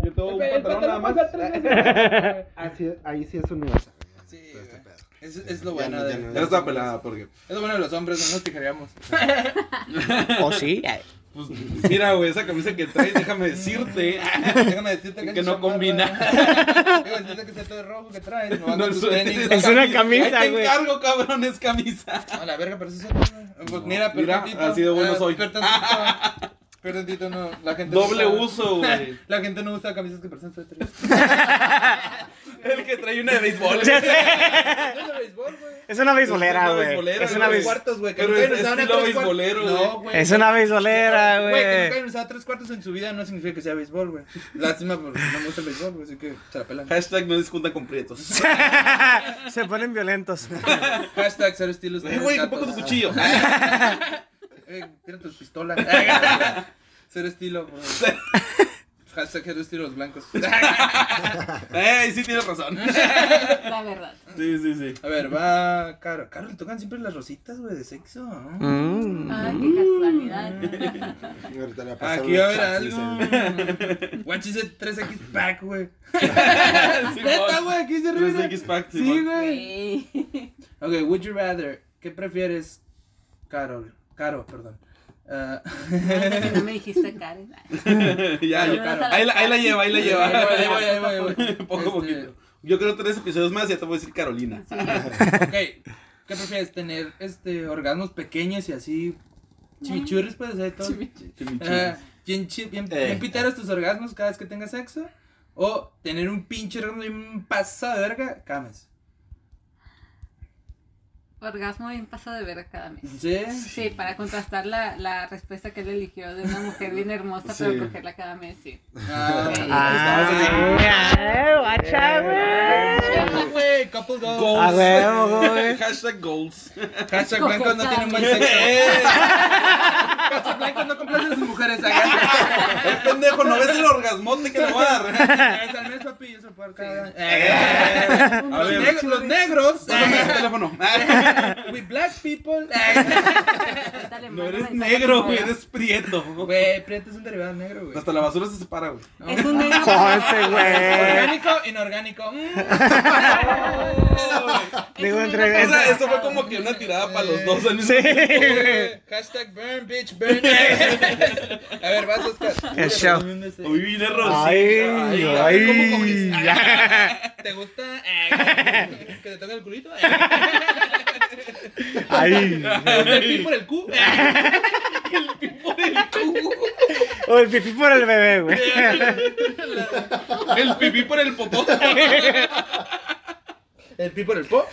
D: Yo tengo un
B: güey. El
D: pantalón
B: pantalón
D: nada más.
B: pasa tres veces.
A: Así- Ahí sí es universal.
B: Sí,
A: Todo este
B: güey.
A: pedo.
B: Es, es lo
A: Ya
B: bueno
A: no,
B: de.
A: ya no,
D: Ya está pelada, porque.
B: Es lo bueno de los hombres, no nos tijeríamos.
E: O sí. ay.
D: Pues, mira, güey, esa camisa que traes, déjame decirte.
B: Déjame decirte
D: Que no
B: chamarra, Déjame decirte que ese todo rojo que traes. No, va
D: No,
B: con tus
D: es-
B: tenis.
E: Es una
D: Ahí
E: camisa,
D: te
E: güey.
D: encargo, cabrón, es camisa.
B: A la verga, pero eso es otro, güey. Pues mira, pero
D: mira,
B: tantito,
D: así de bueno
B: eh,
D: soy.
B: Pero tantito, pero tantito, no. La gente no
D: Doble
B: usa-
D: uso, güey.
B: La gente no usa camisas que parecen suéteres.
D: El que trae una de béisbol.
E: Ya sé.
B: Es de béisbol, güey.
E: Es una beisbolera,
D: Es una
E: güey.
D: beisbolera,
E: Es una
D: güey.
E: beis-
B: cuartos, güey. que
D: Pero
B: nunca
D: es
B: hayan usado
D: estilo
B: tres cuartos.
D: beisbolero,
B: No,
D: güey.
B: güey.
E: Es una beisbolera,
B: Güey, que nunca
E: güey.
B: hayan usado tres cuartos en su vida no significa que sea béisbol, güey. Lástima porque no me gusta el béisbol, güey, así que se la pelan.
D: Hashtag no discutan con prietos.
E: Se ponen violentos.
B: Hashtag cero estilos.
D: Eh, Güey, qué
B: cero
D: poco tu
B: gatos.
D: cuchillo.
B: Eh, tira tus pistolas. cero estilo, güey. Hashtag cero estilos blancos.
D: Ey, Eh, sí tienes razón.
C: La verdad.
D: Sí, sí, sí.
B: A ver, va Caro. Caro, le tocan siempre las rositas, güey, de sexo. ¿no?
E: Mm.
C: Ay, qué
D: Mm.
C: casualidad.
A: Ahorita le va a pasar
B: Aquí va a
A: un
B: haber
A: chance,
B: algo. Watch ese 3X pack, güey. Neta,
D: Neta,
B: güey, aquí se ríe.
D: 3X Pack,
B: Sí,
D: Simón.
B: güey.
C: Sí.
B: Ok, would you rather? ¿Qué prefieres, Carol? Caro, perdón. Ah,
C: Anda, que No me dijiste Karen.
D: Ya,
B: Claro,
D: ya.
B: claro.
D: Ahí la, ahí la lleva, ahí la lleva.
B: Ahí voy, ahí voy, ahí voy.
D: Poco a
B: Este,
D: poquito. Yo creo tres episodios más y ya te voy a decir Carolina.
B: Ok, ¿qué prefieres? ¿Tener este, orgasmos pequeños y así chimichurris puede ser todo? Ah, ¿Bien, chi- bien,
D: Eh.
B: bien piteros tus orgasmos cada vez que tengas sexo? ¿O tener un pinche orgasmo y un pasado de verga cada mes?
C: Orgasmo bien pasado de verga cada mes.
B: ¿Sí?
C: Sí, para contrastar la, la respuesta que él eligió de una mujer bien hermosa,
A: Sí.
C: pero cogerla cada mes, sí.
B: Ah,
E: Ah,
B: ahí está.
E: Eh,
D: Ah.
E: güey, ay, guacha, güey.
B: güey, couple goals.
D: Goals.
E: A huevo, güey.
D: Hashtag goals.
B: Hashtag blancos no tienen buen sexo.
D: Eh.
B: Hashtag blancos no complacen a sus mujeres. hagan-
D: El pendejo, ¿no ves el orgasmote que le voy a dar?
B: Hagan Al mes, papi, yo se puedo cada- Eh.
D: A
B: Los
D: ver,
B: neg- Los negros.
D: pásame ese teléfono.
B: We black people. Eh.
C: Dale,
D: No
C: mándame
D: eres
C: mensaje
D: negro,
C: por
D: güey,
C: favor.
D: eres prieto.
B: Güey, prieto es un derivado negro, güey.
D: Hasta la basura se separa, güey.
C: Es un negro.
E: Joder, güey.
B: Orgánico, inorgánico. Mm.
C: es un
E: Digo,
C: negro
E: entre-
D: O sea,
C: trabajador.
D: eso fue como que una tirada para los dos al mismo
E: Sí,
D: tiempo.
E: güey.
B: Hashtag burn, bitch, burn. A ver, vas, Oscar.
E: El show.
D: Uy, vine rosita.
E: Ay,
D: a ver cómo
E: ay.
D: cogiste.
B: ¿Te gusta eh, que te toque el culito? Eh,
E: Ay.
B: ¿El pi por el cu? Eh,
E: O el pipí por el bebé, güey.
D: El pipí por el popó.
B: ¿El pi por el po?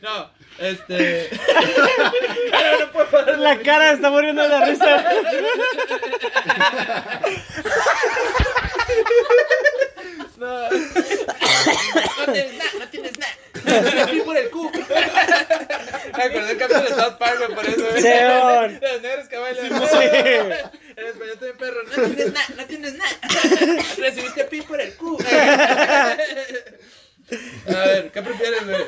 B: No, este... Claro, no puedo parar.
E: La cara está muriendo de la risa.
B: No tienes nada, no tienes nada. El pi por el cu. Me acordé el capítulo de South Park, güey, por eso. güey.
E: Seón.
B: De Los negros que bailan.
E: Sí.
B: En español también perro. No tienes nada, no tienes nada. Recibiste pin por el cu. A ver, ¿qué prefieres, güey?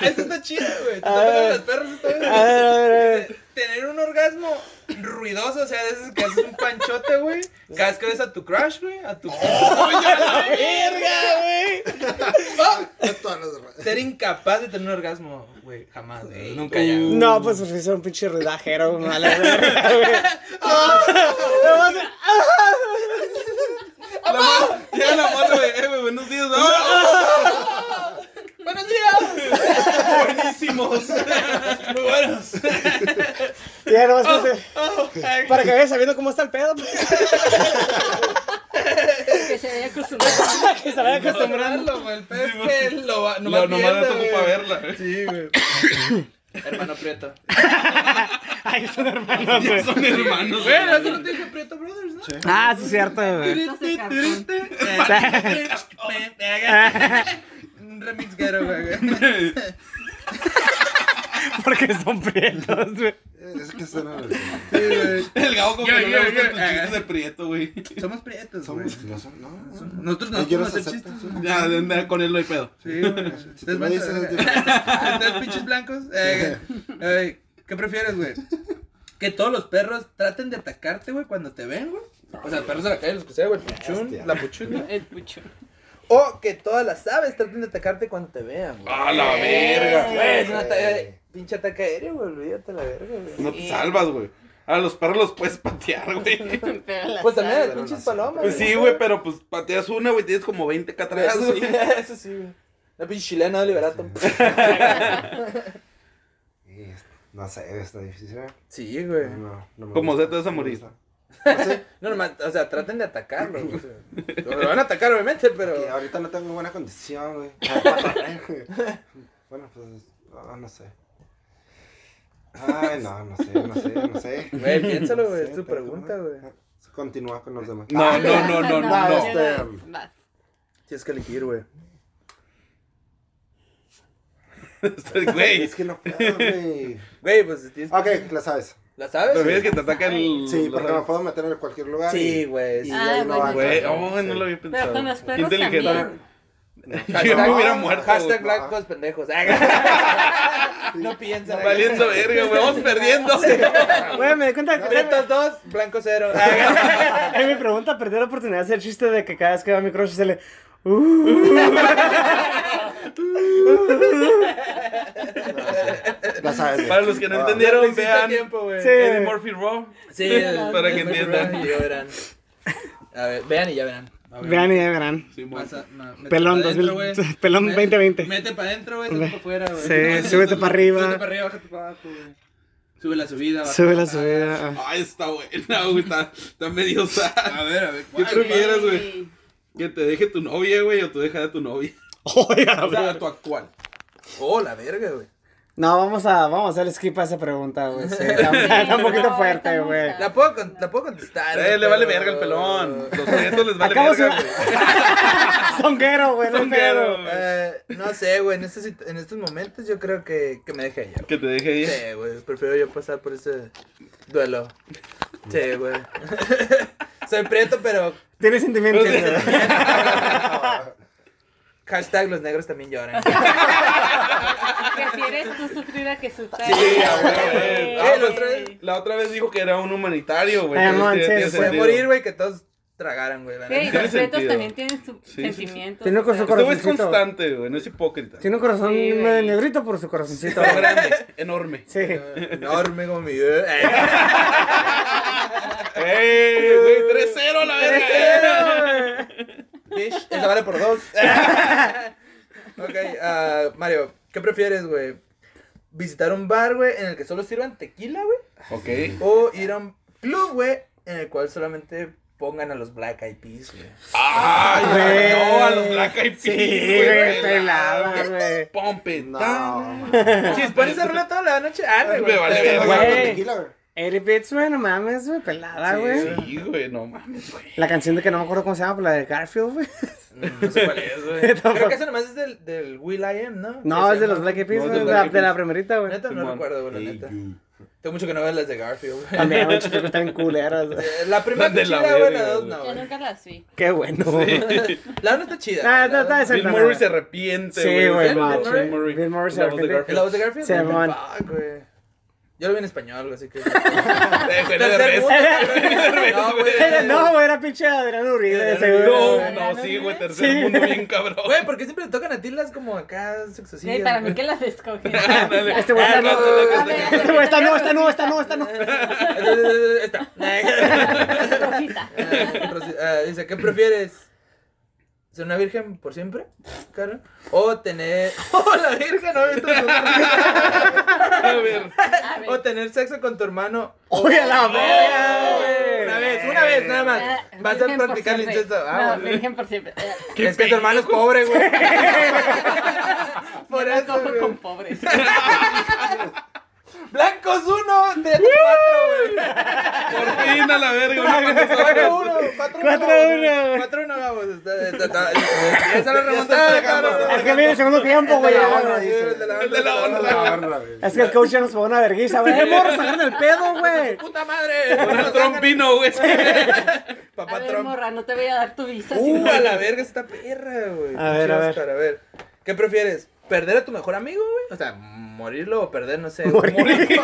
B: Esto está chido, güey. Te
E: A
B: están tocando
E: ver.
B: los perros está bien.
E: A ver, a ver, a ver.
B: Tener un orgasmo ruidoso, o sea, de esos que haces un panchote, güey. Cada vez que ves a tu crush, güey. A tu.
E: Verga, güey.
A: Todas las-
B: Ser incapaz de tener un orgasmo, güey. Jamás, güey. Nunca ya. güey.
E: No, pues es un pinche ruidajero, güey. Vale, verga, güey. Ah. Nada más-
D: La ma- Llega la madre, güey. Eh, güey, buenos días. ¡Ah!
B: ¡Buenos días!
D: Buenísimos.
B: Muy buenos.
E: Ya nada más que se-
B: Oh, ay,
E: Para que vayas sabiendo cómo está el pedo, pues.
C: Que se vaya acostumbrado.
E: Que se vaya acostumbrando.
B: acostumbrarlo, güey. El pez que lo va.
D: No,
B: Nomás,
D: nomás
B: viendo,
D: le tocó
B: güey.
D: para verla, güey.
B: Sí, güey. Hermano Prieto.
E: Ay, son hermanos, güey.
D: Son hermanos,
B: Güey,
D: güey.
B: eso no te dije Prieto Brothers, ¿no?
E: Ah, sí, es cierto, güey.
C: Entonces, cartón.
B: Un remix guero, güey.
E: Porque son prietos, güey.
A: Es que son las-
B: Sí, güey.
D: El gabo como que
B: Yo,
D: no
B: yo,
D: le gustan
B: yo.
D: tus chistes de prieto, güey.
B: Somos prietos, güey.
A: Somos- no son- no, no.
B: Nosotros no
A: Ellos
B: podemos
A: los
B: hacer
A: aceptan,
B: chistes.
A: sí.
D: Ya, de andar con él no hay pedo.
B: Sí, güey.
A: Si
B: Ustedes
A: tú me
B: van a
A: dices, es
B: saber.
A: diferente.
B: ¿Estás pinches blancos? Eh, eh, ¿Qué prefieres, güey? Que todos los perros traten de atacarte, güey, cuando te ven, güey. O sea, perros de la calle, los que sea, güey, el puchún, la puchuna.
C: El pucho.
B: O que todas las aves traten de atacarte cuando te vean, güey. Eh,
D: ¡A la verga!
B: Güey, es un ataque- pinche ataque aéreo, güey, olvídate la verga, güey.
D: No te salvas, güey. A los perros los puedes patear, güey.
C: Pero la
B: Pues también las
A: pero
B: pinches
A: no sé.
B: palomas,
D: Pues sí, güey, pero pues pateas una, güey, tienes como 20 acá atrás,
B: Eso sí,
D: güey.
B: eso sí, güey. La pinche chilena de liberato.
A: Y es- No sé, está difícil. ¿eh?
B: Sí, güey.
A: No, no me
D: Como
A: gusta.
D: sea, te vas a morir.
A: No sé,
B: No, nomás, o sea, traten de atacarlo, güey. Lo van a atacar, obviamente,
A: que
B: pero...
A: ahorita no tengo buena condición, güey. Para correr, güey. Bueno, pues, no, no sé. Ay, no, no sé, no sé, no sé.
B: Güey, piénsalo, güey,
A: Sí,
B: es tu
A: pero,
B: pregunta, güey.
A: Continúa con los demás. Ah.
D: No, no, no, no,
A: no.
C: ya vas, vas.
B: Tienes que elegir, güey.
D: no. Güey,
A: Es que no puedo, güey.
B: Güey, pues tienes que...
A: Ok, la sabes.
B: ¿La sabes?
D: prefieres
B: güey?
D: que te ataquen el...
A: Sí, porque me
D: no.
A: puedo meter en cualquier lugar.
B: Sí, güey.
A: Y, y
B: sí.
C: Ah,
A: ahí no
C: bueno.
A: va.
D: Güey, oh, no lo había pensado.
C: Pero con los
D: Qué
C: perros
D: inteligente.
C: también.
D: Yo me hubiera muerto.
B: Hashtag
D: güey. Ah.
B: blancos pendejos. no piensan.
D: Valiendo verga, güey, vamos perdiendo.
E: Güey, me di cuenta que.
B: Pretos dos, blancos cero.
E: Es mi pregunta, perdí la oportunidad de hacer el chiste de que cada vez que va mi crush se le. Uh,
A: La sabes. güey.
D: Para los que no
A: Ah.
D: entendieron, vean
B: tiempo, güey.
E: Sí.
D: Eddie Murphy Raw.
B: Sí,
D: Para que entiendan.
B: Y ya verán. A ver, vean y ya verán. A ver.
E: vean y ya verán.
D: Sí, mon.
B: Pasa- ma- mete
E: Pelón
B: pa' dentro, güey.
E: 2000 pelón
B: Mete-
E: 2020.
B: Mete para adentro, güey, sube para afuera, güey.
E: Sí, súbete pa' arriba.
B: Súbete para arriba, bájate para abajo, güey. Sube la subida, baja
E: Sube la
B: bajada.
E: subida. ah.
D: Ay, está buena, güey. Está, está medio sad.
B: A ver, a ver.
D: ¿Qué
B: ¿cuál?
D: prefieres, güey? Que te deje tu novia, güey, o tú dejas de tu novia.
E: Oiga,
D: O sea, tu actual.
B: Oh, la verga, güey.
E: No, vamos a, vamos a hacer skip a esa pregunta, güey. Sí, está, está un poquito
C: no,
E: fuerte,
C: está muy
E: güey.
C: fuerte.
B: La puedo, con- la puedo contestar.
D: Eh,
B: güey,
D: le vale
B: pero-
D: verga el pelón. Los proyectos les vale
E: Acabo
D: verga,
E: de-
D: güey.
E: Songuero, güey, no
D: Songuero,
E: pedo.
D: güey.
B: Eh, no sé, güey. En, estos sit- en estos momentos yo creo que, que me deje allá.
D: Que te deje ahí.
B: Sí, güey. Prefiero yo pasar por ese duelo. Sí, güey. Soy prieto, pero
E: Tiene sentimientos, güey.
B: hashtag los negros también lloran.
C: Prefieres tú sufrir a que sufra.
D: Sí, a huevo, güey. Ah,
B: Sí.
D: la
E: pues,
D: otra vez- La otra vez dijo que era un humanitario, güey.
E: Eh,
D: Entonces,
E: man,
D: tiene-
E: sí,
D: tiene
E: sí.
B: Puede
D: sentido.
B: morir, güey, que todos tragaran, güey. la
C: Sí, y
B: neta.
D: Tiene
C: los pretos
D: sentido.
C: también tienen sus
D: sí, sí.
C: sentimientos.
E: Tiene
C: o
E: con
C: sea,
E: su
D: Este güey es
E: Corazoncito.
D: constante, güey. No es hipócrita.
E: Tiene un corazón
C: Sí, güey.
E: medio negrito por su corazoncito.
D: Está grande, enorme.
E: Sí.
B: Enorme como mi Eh, bebé.
D: ¡Ey, güey! ¡3-0 a la verga!
B: Bitch, esa vale por dos. ok, ah, Mario, ¿qué prefieres, güey? ¿Visitar un bar, güey, en el que solo sirvan tequila, güey?
D: eh. Ok.
B: ¿O ir a un club, güey, en el cual solamente pongan a los Black Eyed Peas, güey?
D: ¡Ay,
E: Güey.
D: no! A los Black Eyed Peas,
E: Sí, güey,
D: la-
E: pelada, güey.
D: Pump it
A: No,
D: down.
B: Si pones esa rola toda la noche, arre,
D: Me
B: güey.
D: vale
B: Pero-
D: verga,
E: ah, Güey.
A: Con tequila, güey.
E: Eric Bits, güey, no mames, güey, pelada, güey.
D: Sí, güey, no mames, güey.
E: La canción de que no me acuerdo cómo se llama, pero la de Garfield, güey.
B: Mm, No sé cuál es, güey.
E: Tampoco.
B: Creo que esa nomás es del, del Will I Am, ¿no?
E: No,
B: Que
E: es
B: se
E: de los
B: llama-
E: Black Eyed
D: No,
E: Peas,
D: es de
E: güey, de,
D: Black
E: la-
D: Eyed
E: de la
D: Peas.
E: primerita, güey.
B: Neta, no
D: Simón.
B: recuerdo, güey, la
D: Ey,
B: neta.
D: you.
B: Tengo mucho que no ver las de Garfield, güey.
E: También, güey, chicos, están culeras, güey.
B: Eh, La primera
D: Las
B: está
D: de la
B: chida, güey, la
D: verga,
B: dos
D: güey.
B: no,
C: Yo
B: güey.
C: nunca las vi.
E: Qué bueno.
B: La una está chida.
E: Ah,
B: güey,
E: está-
B: la
E: está
B: dos-
D: Bill
E: esa
D: Murray se arrepiente,
E: Sí,
D: güey.
E: güey,
D: ¿Es Bill
E: macho.
D: Murray?
E: Bill Murray se
D: La voz de
E: arrepiente.
B: ¿La
D: Garfield.
B: voz de Garfield?
E: Simón.
B: Fuck, güey. Yo lo vi en español, güey, así que...
D: Eh, güey, de
B: Tercer
D: res-
B: mundo, cabrón. No, güey.
E: Era- no, güey, era pinche Adrián Uribe, de seguro.
D: No,
E: güey.
D: no, sí, güey, tercer
E: Sí.
D: mundo bien cabrón.
B: Güey, ¿por qué siempre le tocan a ti las como acá
C: Sí,
B: sexosillas?
C: para mí
B: güey?
C: que las escogen.
D: Ándale.
E: Este güey
D: Ah,
E: está
D: no,
E: no.
D: no,
C: A
D: no, no.
C: ver.
E: Este güey está no, está no, está no, está no.
B: Esta.
C: Rosita.
B: Eh, Rosy- eh, Ah, dice, ¿qué prefieres? ¿Ser una virgen por siempre? Claro. O tener. ¡Oh, la virgen! No, esto es
D: A ver.
C: A ver.
B: O tener sexo con tu hermano.
E: Oye, la verga, güey.
B: Una vez, una vez, nada
C: Ah,
B: más. Vas a
C: virgen por
B: practicar el
C: siempre.
B: incesto. Ah,
C: No,
B: bueno.
C: virgen por siempre. Eh,
B: Es que tu hermano es pobre, güey. Por
C: yo no
B: eso,
C: cojo
B: güey.
C: con pobres.
B: Blancos uno de cuatro,
D: Por fin, a la verga. una para
B: güey.
D: nosotros.
B: Cuatro uno, cuatro uno.
E: Cuatro uno, güey.
B: Cuatro uno, vamos. está- está- está- Esa es la remontada, cabrón.
E: Es que viene el segundo tiempo, güey.
A: la
E: ya,
A: onda,
E: güey.
A: dice.
D: El de la
A: No,
D: onda.
A: la barra, güey.
E: Es que el coach ya nos pagó una vergüenza, güey. ¡Eh, morros, sacaron el pedo, güey!
B: ¡Puta madre!
D: Una trompino, güey.
C: A
B: Papá
C: ver,
B: Trump.
C: morra, no te voy a dar tu visa.
B: Uh,
C: sino-
B: a la verga esta perra, güey.
E: A ver, a ver.
B: Oscar, a ver. ¿Qué prefieres? ¿Perder a tu mejor amigo, güey? O sea, morirlo o perder, no sé.
E: Morir.
B: Morirlo,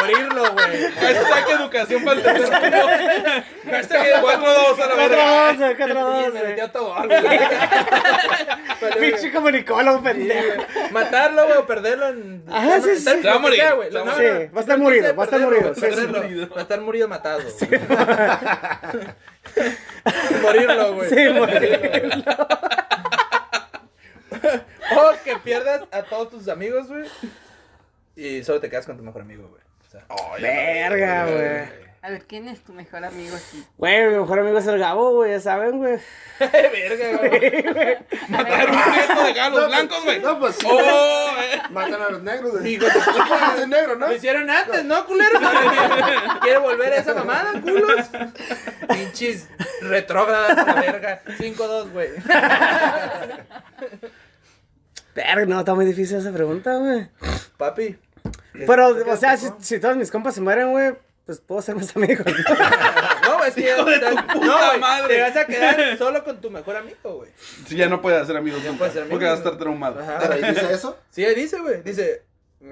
B: morirlo, güey.
D: Hashtag Pues educación para el tercer mundo. Hashtag 4-2 a la
E: Cuatro
D: verga.
E: dos, güey, cuatro
B: Y
E: dos,
B: se
E: güey.
B: metió todo, güey. Vale,
E: Pinche
B: güey.
E: comunicólogo, pendejo.
B: Matarlo, güey, o perderlo en.
E: Ajá, sí, sí.
B: Tal-
D: Se va a morir.
B: sea, güey.
D: Se va a
B: No,
E: morir.
B: no, no.
E: Sí, va a estar
B: No,
E: morido,
B: no,
E: va a estar
B: perderlo,
E: morido, sí, sí.
B: perderlo. Va a estar morido matado. güey. Morirlo, güey.
E: Sí, güey.
B: O que pierdas a todos tus amigos, güey. Y solo te quedas con tu mejor amigo, güey. O
D: Oh.
B: sea,
E: Verga, güey.
C: A ver, ¿quién es tu mejor amigo aquí?
E: Güey, mi mejor amigo es el Gabo, güey, ya saben, güey.
B: verga, güey.
C: A ver,
D: Pero un reto de galos
A: No,
D: blancos, güey.
A: No, pues sí.
D: Oh, eh.
A: Matan a los negros, güey.
B: Hijo de puta.
A: Ese negro, ¿no?
B: Lo hicieron antes, ¿no, culero? ¿Quiere volver a esa mamada, culos? Pinches retrógradas, a la verga. 5-2, güey.
E: Verga, no, está muy difícil esa pregunta, güey.
B: Papi.
E: Pero, o sea, si, si todos mis compas se mueren, güey, pues puedo ser más amigos.
B: No, es que ya. no,
D: puta
B: güey,
D: madre.
B: Te vas a quedar solo con tu mejor amigo, güey.
D: Sí, ya no puede hacer amigos nunca,
B: puede hacer
D: Porque va a
B: amigos.
D: estar traumado.
B: Ajá.
A: Pero ahí dice eso.
B: Sí, ahí dice, güey. Dice,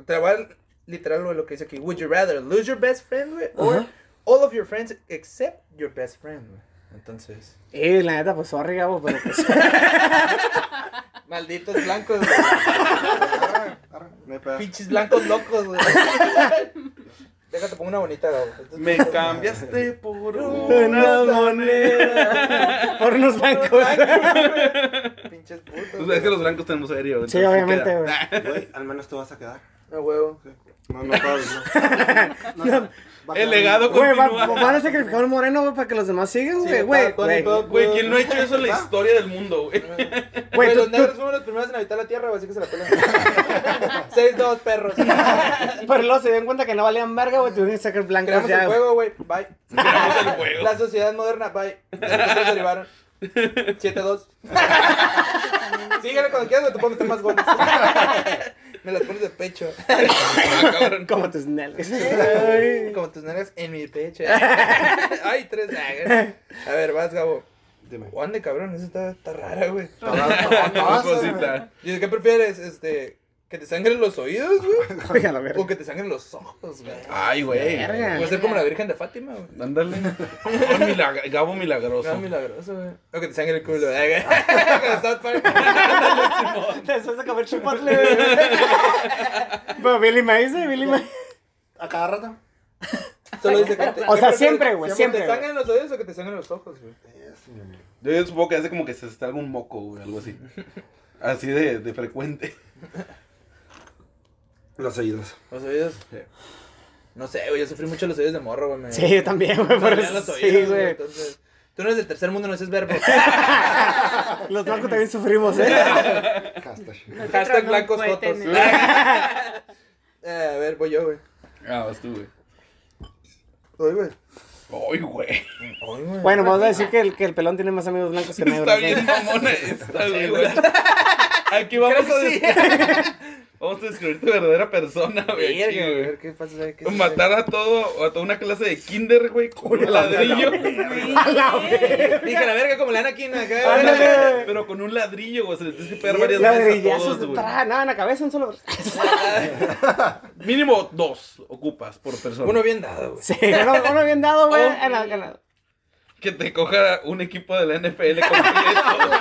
B: te voy a- literal güey, lo que dice aquí. Would you rather lose your best friend, güey? Or
E: Ajá.
B: all of your friends except your best friend, güey. Entonces.
E: Y la neta, pues sorry, Gabo, pero pues.
B: Malditos blancos, güey.
A: Arra, arra, no hay pedo.
B: Pinches blancos locos, güey. Déjate pongo una bonita, güey. Entonces,
D: Me cambiaste por una
E: Unas monedas. Por unos
B: blancos,
E: blancos.
B: güey. Pinches putos.
D: Es que Pues los blancos tenemos serio.
E: Sí,
D: entonces,
E: obviamente,
D: queda.
E: güey.
A: Güey, al menos tú vas a quedar.
B: No, huevo.
H: No, no todos, no. No, no.
D: El legado
E: Güey, va-
D: continúa.
E: van a sacrificar un moreno, güey, para que los demás sigan, güey, güey. güey.
D: Güey, ¿quién no ha hecho eso en la historia del mundo, güey?
E: Güey,
B: Güey,
E: tú-
B: los negros
E: tú-
B: fuimos los primeros en habitar la tierra, güey, así que se la pelan. 6-2, perros.
E: Pero luego se dieron cuenta que no valían verga, güey, tuvieron que sacar blancos
B: Creamos
E: ya,
B: el
E: güey.
B: juego, güey. Bye.
D: Creamos el juego.
B: La sociedad moderna, bye. Entonces derivaron. 7-2. Síguele cuando quieras, güey, te puedo meter más goles. Me las pones de pecho.
D: Ah, cabrón.
E: Como tus neles.
B: Como tus nalgas en mi pecho. Ay, tres nalgas. A ver, vas, Gabo.
H: Dime.
B: Juan de cabrón, eso está, está rara, güey.
D: Una cosita.
B: Dice, ¿qué prefieres? Este, ¿que te sangren los oídos, güey?
E: Güey, a la verga.
B: ¿O que te sangren los ojos, güey?
D: Ay, güey.
E: Verga.
B: Voy a ser como la Virgen de Fátima, güey.
D: Ándale. Ah, milag- Gabo milagroso.
B: No, milagroso, güey. O que te sangre el culo. eh, güey. Como South Park.
E: Después de comer chipotle, güey. Pero Billy Mays, güey, Billy Mays.
A: A cada rato.
B: Solo dice que te-
E: O sea,
B: ¿qué
E: siempre,
B: prefieres?
E: güey,
B: ¿Que
E: siempre,
B: ¿Te
E: güey.
B: sangren los oídos o que te sangren los ojos, güey?
D: Yo supongo que hace como que se está algún moco, güey, algo así. Así de, de frecuente.
H: Los oídos.
B: Los oídos. No sé, güey, yo sufrí mucho los oídos de morro, güey. me-
E: Sí, yo también, güey,
B: me
E: por
B: dolían
E: eso.
B: los
E: Sí,
B: oídos, güey.
E: güey.
B: Entonces, tú no eres del tercer mundo, no haces verbo.
E: Los blancos también sufrimos, eh.
C: No te
B: Hashtag
C: tronó
B: blancos
C: un cohete
B: jotos.
C: en el-
B: Eh, A ver, voy yo, güey.
D: Ah, vas tú, güey.
B: Voy, güey.
D: Ay, güey.
B: Voy, güey.
E: Bueno, vamos a decir que el, que el pelón tiene más amigos blancos que negros. ¿eh?
D: Está bien
E: güey.
D: mamona esta, güey. Aquí vamos a
B: Creo que sí.
D: descubrir. Vamos a descubrir tu verdadera persona, güey.
B: Verga,
D: aquí,
B: güey, a
D: güey.
B: ver ¿Qué pasa? ¿Qué es eso?
D: Matar a todo, a toda una clase de kinder, güey, con un ladrillo. güey.
B: Dije la verga como le dan aquí en acá. güey.
E: Ándale.
D: Pero con un ladrillo, güey, se les tienes que pegar varias veces a
E: Ladrillazos
D: todos,
E: de
D: güey.
E: tra- nada en la cabeza, un solo.
D: Mínimo dos ocupas por persona.
B: Uno bien dado, güey.
E: Sí, uno, uno bien dado, güey. en la- en la-
D: Que te coja un equipo de la NFL completo. ¿eh?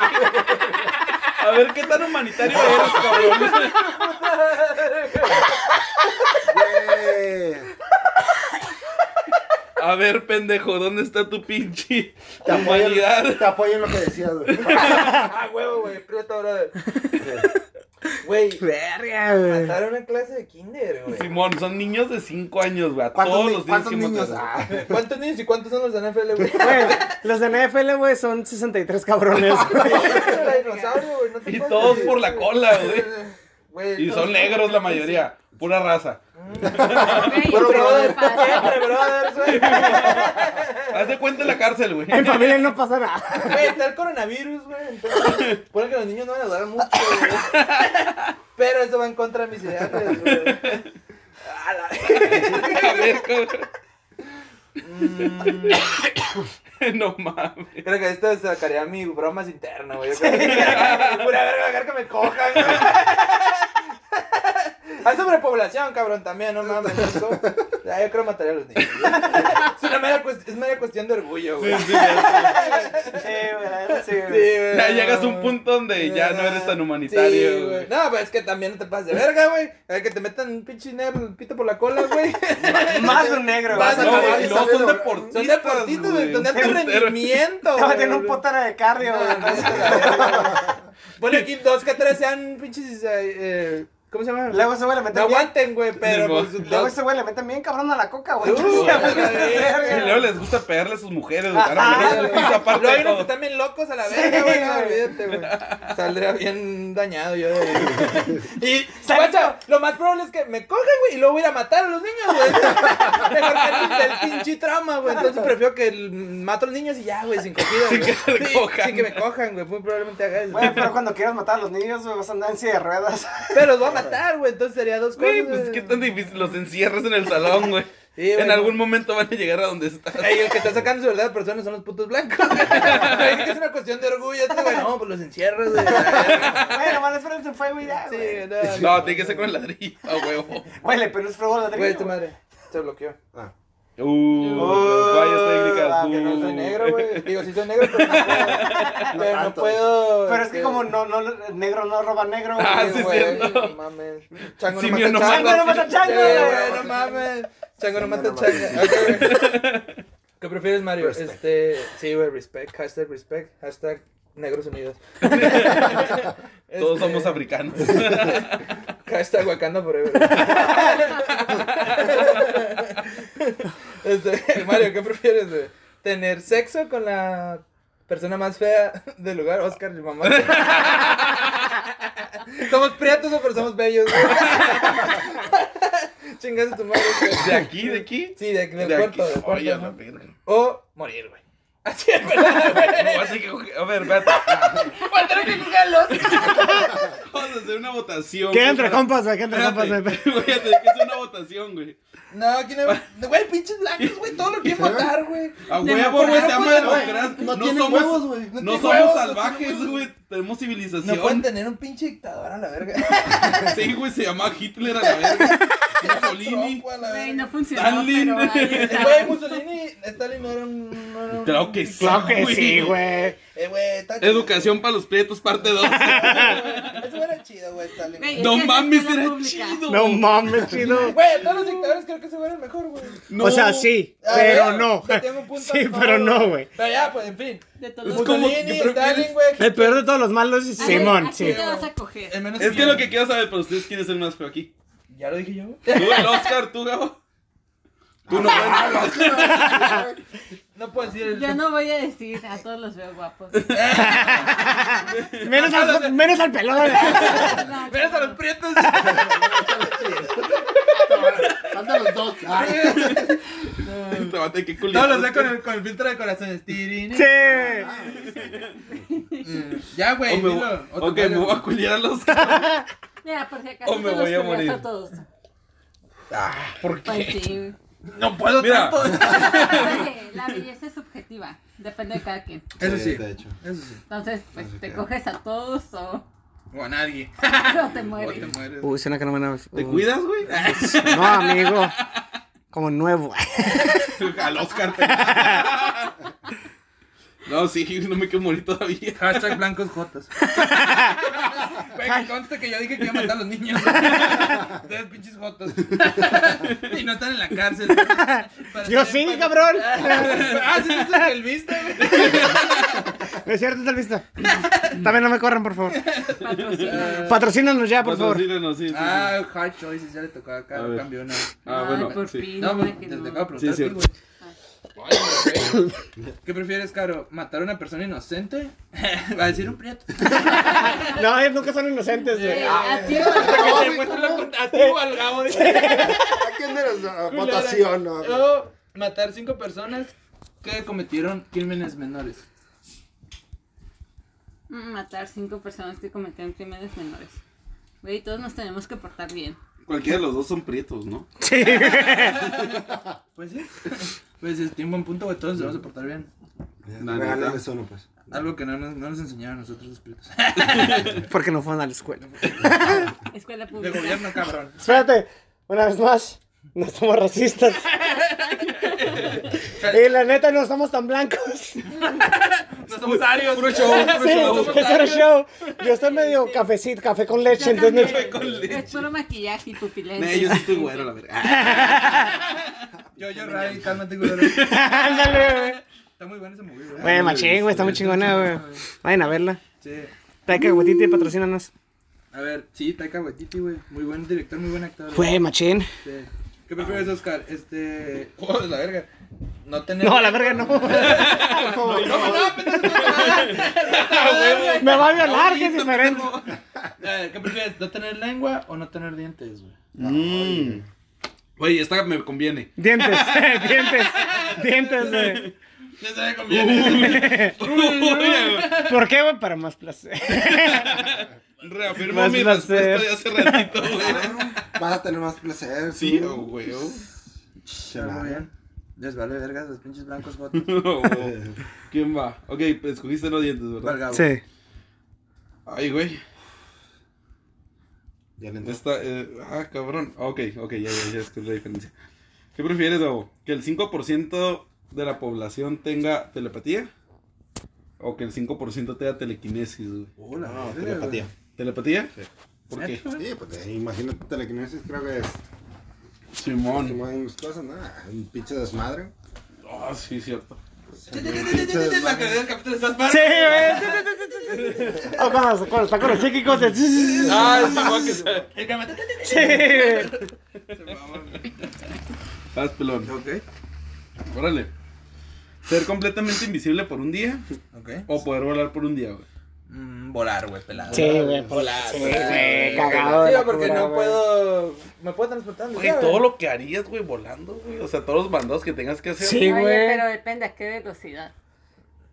D: A ver qué tan humanitario eres, cabrón. A ver, pendejo, ¿dónde está tu pinche
A: Te apoyo,
D: humanidad?
A: te apoyo en lo que decías, güey.
B: Ah, huevo, güey. Prieto, brother. Güey,
E: Verga, güey.
B: matar a una clase de kinder, güey.
D: Simón, son niños de 5 años, güey. a
A: ¿Cuántos,
D: Todos
A: ni-
D: los días
A: cuántos
D: que
A: niños?
D: matar.
A: Ah,
B: ¿Cuántos niños y cuántos son los de NFL, güey?
E: Güey, los de NFL, güey, son 63 cabrones, güey.
B: Era dinosaurio, güey, no te
D: Y
B: pases,
D: todos por la
B: güey.
D: cola, güey.
B: Güey,
D: Y son negros la mayoría. Pura raza.
C: Güey,
A: Pero,
C: pero
A: brother,
C: no pasa.
B: Siempre, brothers, güey.
D: Haz de cuenta en la cárcel, güey.
E: En familia no pasa nada.
B: Güey, está el coronavirus, güey. Entonces, ponen que los niños no van a durar mucho, güey. Pero eso va en contra de mis ideales, güey. A la-
D: A ver, cabrón.
B: Mm,
D: No mames.
B: Creo que esto sacaría mi broma más interna, güey. Yo creo que- Pura verga, dejar que me cojan, güey. Hay sobrepoblación, cabrón, también, no mames. ¿no? Ya, yo creo mataría a los niños. güey. Es una mera, cuest- es mera cuestión de orgullo, güey. Sí,
E: Sí, güey, sí,
B: güey.
D: Ya llegas a un punto donde ya no eres tan
B: Sí,
D: humanitario,
B: güey.
D: güey.
B: No, pero es que también no te pases de verga, güey. Es que te metan un pinche negro el pito por la cola, güey.
E: Más un negro,
B: Más
E: güey.
B: un
D: No,
B: negro.
D: güey, no, son deportistas.
B: Son deportistas, güey. Son de alto
D: Entero.
B: rendimiento,
E: Estaba
B: güey.
E: teniendo un potara de cardio,
B: No,
E: güey.
B: no, no. Ponle aquí dos que tres sean pinches. eh, eh, ¿Cómo se llama?
E: Luego ese güey le
B: No
E: meten bien.
B: aguanten, güey, pero.
D: Ni
B: pues,
D: modo.
E: Luego
B: dos-
E: ese güey le meten bien cabrón a la coca, güey.
B: Uh,
E: Ya,
B: güey.
D: Y
E: verga.
D: luego les gusta pegarle a sus mujeres, güey.
B: Ah,
D: Ahora,
B: güey.
D: güey, pinche aparte
B: Luego hay
D: de
B: unos que
D: todo.
B: están bien locos a la verga, güey. No,
E: güey.
B: olvídate, güey. Saldría bien dañado yo de ahí. Y,
E: Sale-
B: guacha, lo más probable es que me cojan, güey, y luego voy a ir a matar a los niños, güey. Mejor que el del pinche trama, güey. Entonces prefiero que el- mato a los niños y ya, güey, sin cogida,
D: Sin
B: güey.
D: que te
B: Sí,
D: cojan.
B: Sin que me cojan, güey. Muy probablemente haga eso.
E: Güey, pero cuando quieras matar a los niños, güey, vas a andar en silla de ruedas.
B: Pero los voy a matar, güey. Entonces sería dos cosas.
D: Güey, pues qué tan difícil los encierras en el salón, güey.
B: Sí, güey,
D: en
B: no.
D: algún momento van a llegar a donde estás.
B: Ey, el que está sacando su verdad personas son los putos blancos. Güey, que es una cuestión de orgullo. Este, güey, no, pues los encierras, güey.
E: Güey, nomás le prenden fuego y ya,
B: Sí,
E: güey.
B: no,
D: No, tiene que ser con el ladrillo, a huevo.
E: Güey, le prendes fuego a la
B: Güey, tu madre. Se bloqueó.
D: Uh,
E: ah,
D: fallas
E: que
D: técnicas.
B: No
D: uh.
B: soy negro, güey. Digo, sí soy negro, pero no puedo. Pero no
A: tanto.
B: puedo.
E: Pero es que como no, no, negro no roba negro, güey.
D: Ah, sí,
B: Sí,
D: es
B: güey,
D: cierto.
B: no mames. Chango no
D: Simio
B: mata
D: no
B: chango.
E: Chango no mata
B: Sí,
E: chango, güey.
B: güey, no mames. Chango no mata
A: no
B: chango. Ok, güey. ¿Qué prefieres, Mario?
H: Respect.
B: Este. Sí, güey, respect. Hashtag respect. Hashtag negros unidos.
D: Todos
B: Este,
D: somos africanos.
B: Hashtag Wakanda Forever. Este, Mario, ¿qué prefieres, güey? ¿Tener sexo con la persona más fea del lugar? Oscar, mi mamá. ¿Somos prietos o pero somos bellos? güey? Chingas a tu madre. güey.
D: ¿De aquí? ¿De aquí?
B: Sí, de, del
D: De aquí.
B: cuarto. del cuarto,
D: Oye, a la
B: ajá.
D: verga. No,
B: O morir, güey. Así es, ¿verdad, güey?
D: así que, a ver, espérate.
B: Voy a tener que juzgar los-
D: Vamos a hacer una votación.
E: ¿Qué
D: güey,
E: entre
D: para-
E: compas, güey? ¿Qué entre compas, eh.
D: Espérate,
E: güey?
D: Voy a tener que hacer una votación, güey.
B: No, aquí no. Güey, pinches blancos, güey, todo lo quieren votar, güey.
D: A
C: De
D: huevo, güey, se
B: no
D: llama
B: pueden-
D: democracia.
H: no tienen
D: somos,
H: huevos, güey.
D: No,
B: tienen
D: somos
B: huevos, no
D: salvajes,
B: tienen
D: güey. Tenemos
B: No pueden
D: civilización.
B: tener un pinche dictador a la verga.
D: sí, güey, se llama Hitler a la verga. Mussolini.
B: Trump, a la
C: Güey,
B: verga.
C: no funcionó,
D: Stalin.
C: pero ahí está.
B: Güey, Mussolini, Stalin no era un. no era un-
D: Claro que sí.
E: Claro que
D: güey.
E: sí, güey.
B: Eh, güey, está chido.
D: Educación para los prietos, parte 2.
B: Eso era chido, güey, Stalin.
C: Güey,
B: Güey,
C: es
D: no
C: que es
D: mames,
C: escuela
D: era
C: pública.
D: chido.
E: No mames, chido.
B: de todos los dictadores creo que se era el mejor, güey.
D: No.
E: O sea, sí,
B: A
E: pero
B: ver,
E: no.
B: yo tengo un punto a
E: Sí,
B: favor,
E: pero no, güey.
B: Pero ya, pues, en fin.
C: De todos
D: Es
C: los-
D: como-
B: Mussolini,
D: yo creo que-
B: Stalin, güey.
E: El peor de todos los malos es
C: A ver, ¿a
E: Simón,
C: quién
E: sí.
C: te vas a coger?
I: El menos
D: Es que lo que quiero saber, pero ustedes quieren ser más feo aquí.
I: Ya lo dije yo, güey.
D: Tú, el Oscar, tú, Gabo. Tú no puedes.
I: No puedo decir el.
C: Yo no voy a decir a todos los veo guapos.
E: Menos al, menos al pelón.
I: Veas a los prietos.
A: Faltan los dos. Ah. Ay,
D: Te va a tener que culiar.
I: Todos los ve con el, con el filtro de corazones. Tirini.
E: Sí.
I: Mm, Ya, güey.
D: O me
I: dilo.
D: voy-
I: O te
D: ok,
I: mueres.
D: me voy a culiar al Oscar.
C: Mira, por si acaso.
D: O me
C: se los
D: voy a
C: culias
D: morir.
C: A todos.
D: ¿Por
C: Pues sí.
I: No puedo
D: Mira.
I: tanto.
C: Oye, la belleza es subjetiva. Depende de cada quien.
I: Eso sí.
H: De hecho.
I: Eso sí.
C: Entonces, pues te coges a todos o,
I: O a nadie.
C: o te
I: O te
C: mueres.
I: mueres.
E: Uy, suena que no me van a-
D: ¿Te cuidas, güey?
E: No, amigo. Como nuevo.
D: Al Oscar. te- No, sí, no me quiero morir todavía.
I: Hashtag blancos jotas. Güey, que conste que yo dije que iba a matar a los niños. Ustedes pinches jotas. y no están en la cárcel. Para
E: Yo
I: que-
E: sí,
I: para-
E: cabrón.
I: ah, sí, eso es el visto, güey.
E: No Es cierto, está listo. También no me corran, por favor. Patrocínanos ya, Ah, por favor.
D: Patrocínanos, sí, sí, sí.
I: Ah, hard choices, ya le tocó acá,
D: A ver.
I: cambió una.
D: Ah,
C: Ay,
D: bueno,
C: por
D: sí.
C: fin.
I: No,
C: no,
I: pues,
C: que
I: te
C: no.
I: acabo de
D: Sí,
I: preguntar.
D: es
I: Sí,
D: cierto.
I: ¿Qué prefieres, Caro? ¿Matar a una persona inocente? Va a decir un prieto.
E: No, ellos nunca son inocentes,
C: Eh,
E: güey.
C: a ti no.
I: Que Pues, te muestre la contrativa al gabo.
A: ¿A quién de las ah, votación? no?
I: O matar cinco personas que cometieron crímenes menores.
C: mm, Matar cinco personas que cometieron crímenes menores. Güey, todos nos tenemos que portar bien.
D: Cualquiera de los dos son prietos, ¿no?
E: Sí.
I: Pues sí. Pues es un buen punto, güey. Todos nos vamos a portar bien.
D: La neta.
H: Regálenles uno, pues.
I: Algo que no nos, no nos enseñaron a nosotros los prietos.
E: Porque no fueron a la escuela.
C: Escuela
I: De
C: pública.
I: gobierno, cabrón.
E: Espérate, una vez más. No somos racistas. Y la neta, no somos tan blancos.
I: No somos arios. Puro show,
E: Sí, es un show. Yo estoy medio cafecito, café con leche,
C: Yo
E: entonces
C: también.
E: no-
C: Es puro maquillaje y pupilente.
D: Nee, yo sí estoy güero, la verga.
I: Yo, yo, Ray, cálmate, güey.
E: Ándale, güey.
I: Está muy bueno ese movimiento. güey.
E: Güey, machín, güey, está muy chingona, güey. Vayan a verla.
I: Sí.
E: Taika Waititi, patrocínanos.
I: A ver, sí, Taika Waititi, güey. Muy buen director, muy buen actor.
E: Güey, machín.
I: Este, ¿Qué prefieres, Oscar? Este. Oh, la verga. No tener.
E: No, a la verga, no.
I: pues,
E: Me va a violar, que es diferente.
I: Eh, ¿Qué prefieres? ¿No tener lengua o no tener dientes, güey?
D: Mm. Oye, esta me conviene.
E: Dientes, eh, dientes, dientes, güey.
I: Ya se me
D: Uh.
I: conviene.
D: Oye,
E: ¿Por qué, güey? Para más placer.
D: Reafirmo
E: Más
D: mi
E: placer.
D: respuesta de hace ratito, güey.
H: Vas a tener más placer.
D: Sí,
H: tú.
D: oh, güey. oh.
I: Ya, muy bien. Les vale vergas los pinches blancos jotos.
D: Oh, oh. ¿Quién va? Ok, pues, escogiste los dientes, ¿verdad?
I: Valga, güey.
E: Sí.
D: Ay, güey.
H: Ya le entré.
D: Esta, eh, ah, cabrón. Ok, ok, ya, ya, ya, es que es la diferencia. ¿Qué prefieres, Gabo? ¿Que el 5% de la población tenga telepatía? ¿O que el 5% tenga telequinesis, güey?
I: Hola,
H: No,
I: Uh, verga,
H: telepatía.
I: güey.
D: ¿Telepatía? ¿Por qué?
I: ¿Neta, güey?
H: Sí, pues eh, imagínate telequinesis, creo que es
D: Simón.
H: como hay unas cosas, ¿no? Un pinche desmadre.
D: Ah, sí, cierto.
I: La que del capítulo estás
E: Sí,
I: padre.
E: güey. O cuando, cuando está con los psíquicos. de- Sí,
D: Ah, Simón, que se-
I: El que me-
E: güey.
D: Estás pelón.
I: Ok,
D: Órale. Ser completamente invisible por un día
I: ok.
D: o poder volar por un día, güey.
I: Mm, volar, güey, pelado.
E: Sí, güey. pues,
I: Volar,
E: Sí,
I: pelado.
E: güey. Cagado. de
B: Sí,
E: la
B: porque
E: cura,
B: no
E: güey.
B: puedo. Me puedo transportar.
D: Güey, todo lo que harías, güey, volando, güey. O sea, todos los mandados que tengas que hacer.
E: Sí,
C: Oye,
E: güey.
C: pero depende a qué velocidad.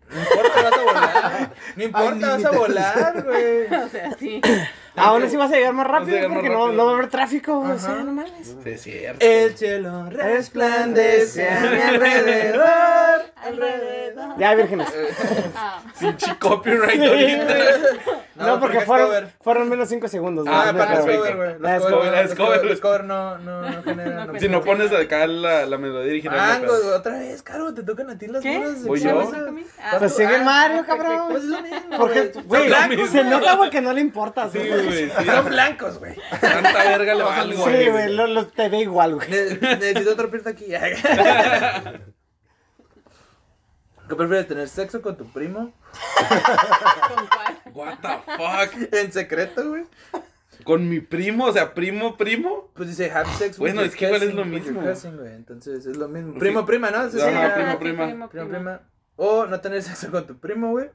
B: No importa, vas a volar. No importa, vas a volar, güey.
C: O sea, sí.
E: Aún así vas a llegar más
D: Vas a
E: rápido
D: llegar más
E: porque no,
D: rápido.
E: no va a haber tráfico, güey. Sí, no mames.
D: Sí, es cierto.
B: El cielo resplandece a mi alrededor.
C: Alrededor.
E: Ya, vírgenes.
C: Ah,
D: Pinche copyright
E: Sí,
D: ahorita.
E: güey. No, porque
B: Eh, es
E: fueron,
B: cover.
E: fueron menos 5 segundos.
B: Ah,
E: güey.
B: para
E: Pero-
B: las
D: güey.
B: cover, güey.
E: La
B: Las cover,
D: Escobar.
B: las cover, las cover no, no, no generan.
C: No
E: Pues
B: no
D: Si no
B: generan.
D: pones acá la, la melodía original. no
B: Mangos,
D: pedo.
B: otra vez, Caro, te tocan a ti las
C: ¿Qué?
B: moras.
D: Voy
C: ¿Ya
D: yo.
C: me toca a mí? Ah,
E: Pues sigue
B: Ah,
E: Mario,
B: Pues
E: cabrón.
B: es lo mismo.
E: Porque, güey,
D: blancos,
E: se
D: güey.
E: nota, güey, que no le importas,
D: Sí,
E: güey.
D: güey. sí.
B: Son blancos, güey.
D: Tanta verga le valgo,
E: Sí, güey, lo, lo- te ve igual, güey.
B: Ne- necesito otra pierna aquí. ¿Qué prefieres tener sexo con tu primo
C: ¿Con cuál?
D: What the fuck?
B: en secreto, güey?
D: Con mi primo, o sea, primo, primo.
B: Pues dice have sex
D: Ah, Bueno,
B: with
D: es
B: your
D: que igual es
B: cousin,
D: lo
B: with your
D: mismo.
B: cousin, güey. Entonces es lo mismo. Primo, prima, ¿no? Sí,
D: Ajá,
B: sí,
C: Ah,
B: prima,
C: sí,
D: prima.
B: prima, prima. O no tener sexo con tu primo, güey.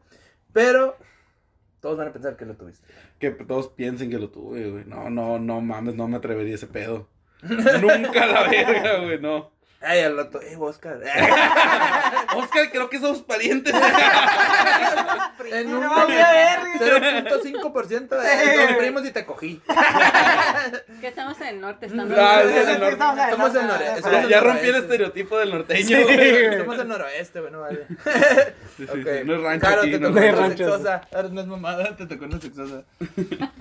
B: Pero todos van a pensar que lo tuviste.
D: Que todos piensen que lo tuve, güey. No, no, no mames, no me atrevería a ese pedo. Nunca a la verga, güey, no.
B: Ay, al rato, eh, Oscar.
D: Oscar, creo que somos parientes.
B: en un
E: No, güey, a ver, güey.
B: 0.5% de
E: Sí.
B: los eh, primos y te cogí.
C: Que estamos en el norte, estamos
D: Ah,
E: Sí,
D: es
E: sí,
D: el norte.
E: estamos ahí,
B: Estamos en
E: estamos
B: Nore-
E: ahí.
B: estamos
D: ya,
B: en
D: ya rompí el
B: noroeste.
D: estereotipo del norteño.
E: Sí,
D: güey.
E: güey.
B: Somos del noroeste, güey, no vale.
D: Sí, sí, sí,
B: Ok.
D: No es rancho
B: Claro,
D: aquí,
B: te tocó
D: no es
E: No hay
B: una
E: rancho.
B: sexosa. Ahora no es mamada, te tocó una sexosa.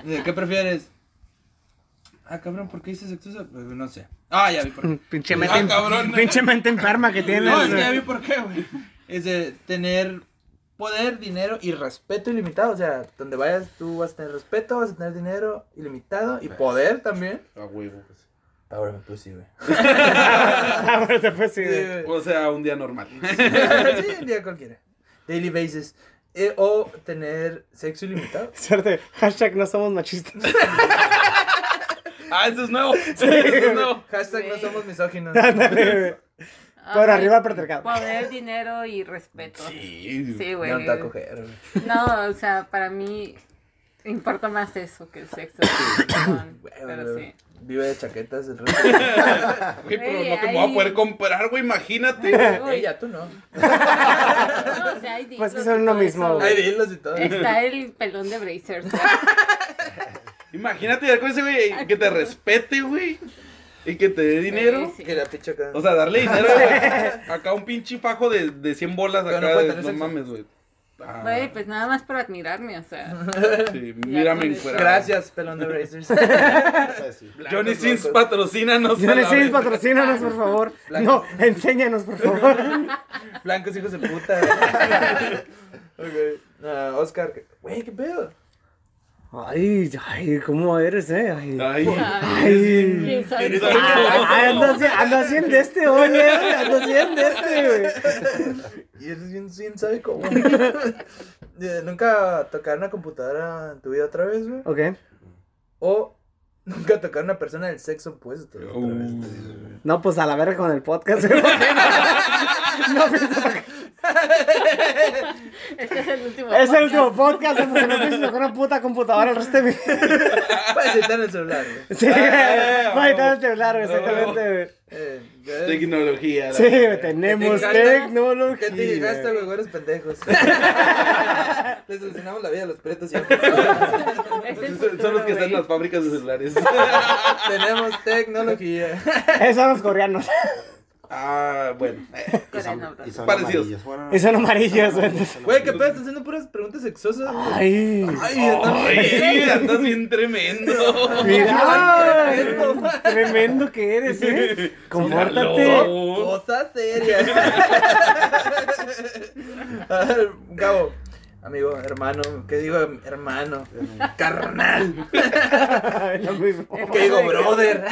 B: Mira, ¿Qué prefieres? Ah, cabrón, ¿por qué dice sexosa? Pues no sé. Ah, ya vi por qué.
E: Pinche
D: Ah,
E: mente, en-
D: cabrón.
E: pinche mente enferma que tienes.
B: No, es que
E: güey.
B: ya vi por qué, güey. Es de tener poder, dinero y respeto ilimitado. O sea, donde vayas tú vas a tener respeto, vas a tener dinero ilimitado y poder también.
D: A huevo.
B: Pues,
D: pues.
B: Ahora me puse, güey.
E: Ah, bueno, te fue, sí,
B: Sí,
E: güey.
B: güey.
D: O sea, un día normal.
B: sí, un día cualquiera. Daily basis. Eh, o tener sexo ilimitado.
E: Suerte. Hashtag no somos machistas.
D: ah, eso es nuevo. Eso es nuevo.
B: Hashtag no somos misóginos.
E: Ándale, güey. Por arriba el patriarcado.
C: Poder, dinero y respeto.
D: Sí.
C: Sí, güey.
B: No, te va a coger, güey.
C: No, o sea, para mí importa más eso que el sexo. Perdón,
B: Güey,
C: Pero
B: güey,
C: sí.
B: Vive de chaquetas el resto.
D: Güey, pero
C: Güey,
D: no te voy
C: ahí-
D: a poder comprar, güey, imagínate.
C: Uy.
B: Ella, tú no.
C: No, o sea, hay
E: Pues que
C: dildos
E: son
C: y
E: uno
C: todo
E: mismo,
C: eso,
E: güey.
B: Hay dilos y todo.
C: Está el pelón de Brazers.
D: Imagínate ya con ese güey que te respete, güey. Y que te dé dinero.
C: Sí.
B: Que la picho acá.
D: O sea, darle dinero güey. acá un pinche fajo de, de 100 bolas
B: Pero no
D: acá.
B: puede
D: de-
B: tener
D: No,
B: sexo.
D: mames, güey. Ah,
C: Güey, pues nada más por admirarme, o sea.
D: sí, mírame
C: con
D: en
C: eso.
B: Gracias, pelón de Brazers.
D: Johnny
B: Blancos,
D: Sins,
B: locos.
D: patrocínanos. a
E: Johnny
D: la
E: Sins,
D: verga.
E: patrocínanos, por favor. No, enséñanos, por favor.
B: Blancos hijos de puta. ok. Ah, Oscar, que- güey, qué pedo.
E: Ay, ay, ¿cómo eres, eh? Ay.
D: Ay,
E: Ay.
C: ¿Quién sabe?
D: Eres
E: Ah, anda así- anda así en de este, güey. eh, Anda así en de este, güey.
B: Y eres bien, bien sabe cómo. Eh, Nunca tocar una computadora en tu vida otra vez, güey.
E: Ok.
B: O nunca tocar una persona del sexo opuesto. güey, otra vez.
D: Uh.
E: No, pues a la verga con el podcast. güey. No pienso tocar-
C: Este es el último.
E: Es el
C: podcast.
E: último podcast, güey, porque no pienso tocar una puta computadora el resto de mi
B: Puedes editar el celular, güey.
E: Sí,
D: Ah,
E: güey.
D: ah,
E: Va a estar
D: huevo.
E: el celular, güey, exactamente, güey.
B: Eh, eh,
D: Tecnología. la
E: Sí,
D: verga.
E: güey, tenemos
B: ¿Qué te ganas?
E: tecnología.
B: ¿Qué te llegaste, güey? Güey, Eres pendejos. Les solucionamos la vida a los pretos siempre.
C: Es el
D: Son- Son los
C: futuro,
D: que están en
C: güey.
D: las fábricas de celulares.
B: Tenemos tecnología.
E: Esos son los coreanos.
D: Ah, bueno.
C: Con el nombre.
A: Y son
D: Parecidos.
A: amarillos. Bueno,
E: Y son amarillos, güey. entonces-
B: Güey, ¿qué pedo? Estás haciendo puras preguntas sexosas. güey.
E: Ay.
B: Ay,
D: Ay, andas bien tremendo.
E: Mira,
B: Ay,
E: güey, tremendo que eres, ¿eh? Compórtate.
D: Míralo.
B: Cosas serias. A ver, Gabo. Amigo, hermano. ¿Qué digo, hermano? Carnal.
E: Ay, lo mismo.
B: ¿Qué digo, brother?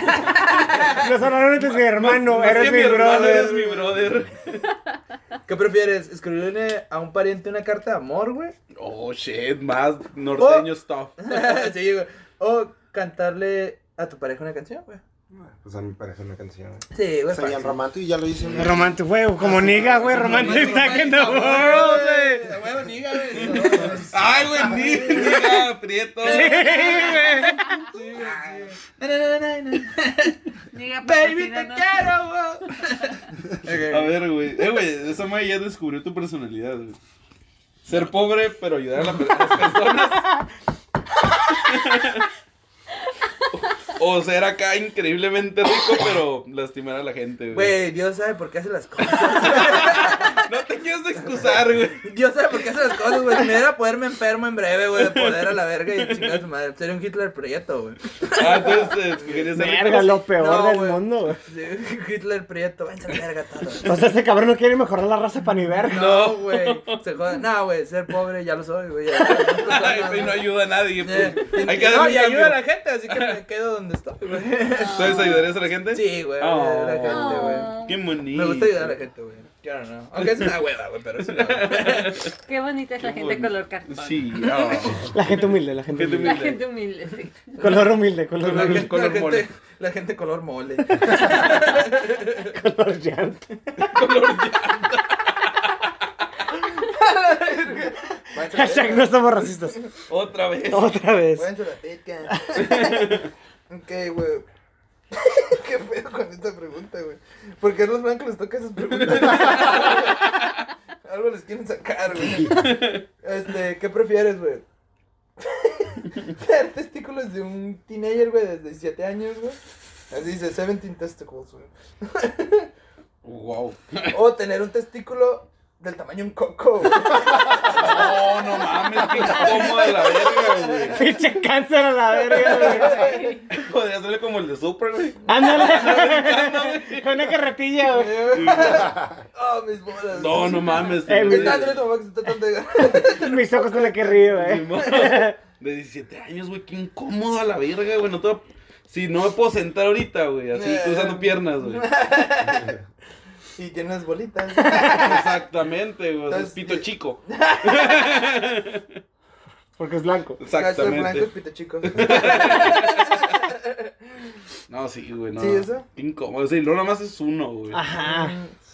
E: No solamente es mi hermano,
D: Más que
E: eres mi
D: hermano,
E: brother.
D: Eres mi brother.
B: ¿Qué prefieres? ¿Escribirle a un pariente una carta de amor, güey?
D: Oh, shit, más norteño
B: Oh.
D: stuff.
B: sí, güey. O cantarle a tu pareja una canción, güey.
H: Pues a mí me parece una canción.
B: Sí, güey.
A: Soy el
B: fácil.
A: romántico y ya lo hice. una-
E: Romántico, güey, como niga, güey, romántico back in the world, güey.
I: A huevo, niga, güey.
D: Ay, güey, ni, ni, ah, prieto.
B: Na, na, na, na, na.
C: Diga,
B: Baby, te
C: patrocínanos.
B: quiero, güey.
D: A ver, güey. Eh, güey, esa madre ya descubrió tu personalidad, güey. Ser pobre, pero ayudar a, la per- a las personas. O ser acá increíblemente rico, pero lastimar a la gente, güey.
B: Güey, Dios sabe por qué hace las cosas.
D: No te quieres excusar, güey.
B: Dios sabe por qué hace las cosas, güey. Si me diera poder, me enfermo en breve, güey. De poder a la verga y chingar a su madre. Sería un Hitler prieto, güey.
D: Ah, entonces, eh, querías ser
E: Verga,
D: rico.
E: lo peor
B: No,
E: del
B: güey.
E: mundo, güey.
B: Sí, Hitler prieto, váyanse a la verga todos.
E: O sea, ese cabrón no quiere mejorar la raza para ni verga.
B: No, güey. Se joda. No, güey. Ser pobre ya lo soy, güey. ya.
D: Ay, güey, no ayuda a nadie.
B: Eh,
D: pues. Hay que hacer
B: no,
D: un
B: y ayuda a la
D: cambio.
B: gente, así que me quedo donde estoy, güey.
D: Entonces, ¿ayudarías a la gente?
B: Ah. Sí, güey.
D: Oh.
B: ayudar a la gente, güey.
D: Qué bonito.
B: Me gusta ayudar a la gente, güey. Yo no. Aunque es una hueva, güey, pero es una hueva.
C: Qué bonita es la gente
D: bonito.
C: color cartón.
D: Sí, oh.
E: La gente humilde, la gente
D: Gente
E: humilde.
C: La gente humilde, sí.
E: Color humilde,
B: La
E: color humilde,
B: gente,
D: Color
B: la gente-
D: mole.
B: la gente color mole.
E: color llanto. Hashtag no somos racistas.
D: Otra vez.
E: Otra vez.
B: Pues,
H: Váyanse la teca. ok, güey. ¿Qué pedo con esta pregunta, güey? ¿Por qué a los blancos les toca esas preguntas?
B: Algo les quieren sacar, güey. Este, ¿qué prefieres, güey? Tener testículos de un teenager, güey, desde 17 años, güey. Así dice, 17 testicles, güey.
D: Wow.
B: O tener un testículo del tamaño de un coco, güey.
D: No, Oh, no mames, qué incómodo de la verga, güey.
E: Pinche cáncer a la verga, güey.
D: Podría hacerle como el de Super, güey.
E: Ándale. Con una carretilla, güey.
B: Oh, mis bolas.
D: No, no mames.
E: Eh,
D: güey.
E: mi-
B: Está Andrés Mamá que se está tratando de
E: Mis ojos con la que río,
D: Ni
E: güey.
D: modo. De 17 años, güey, qué incómodo a la verga, güey. No te va- Si no me puedo sentar ahorita, güey, así
B: Eh.
D: cruzando piernas, güey.
B: Y tiene unas bolitas.
D: Exactamente, güey. o sea,
B: Entonces,
D: es pito
B: eh,
D: chico.
E: Porque es blanco.
B: Exactamente.
D: Exactamente.
B: pito chico.
D: No, sí, güey, no.
B: ¿Sí, eso?
D: Qué incómodo. Sí, no, nada más es uno, güey.
E: Ajá.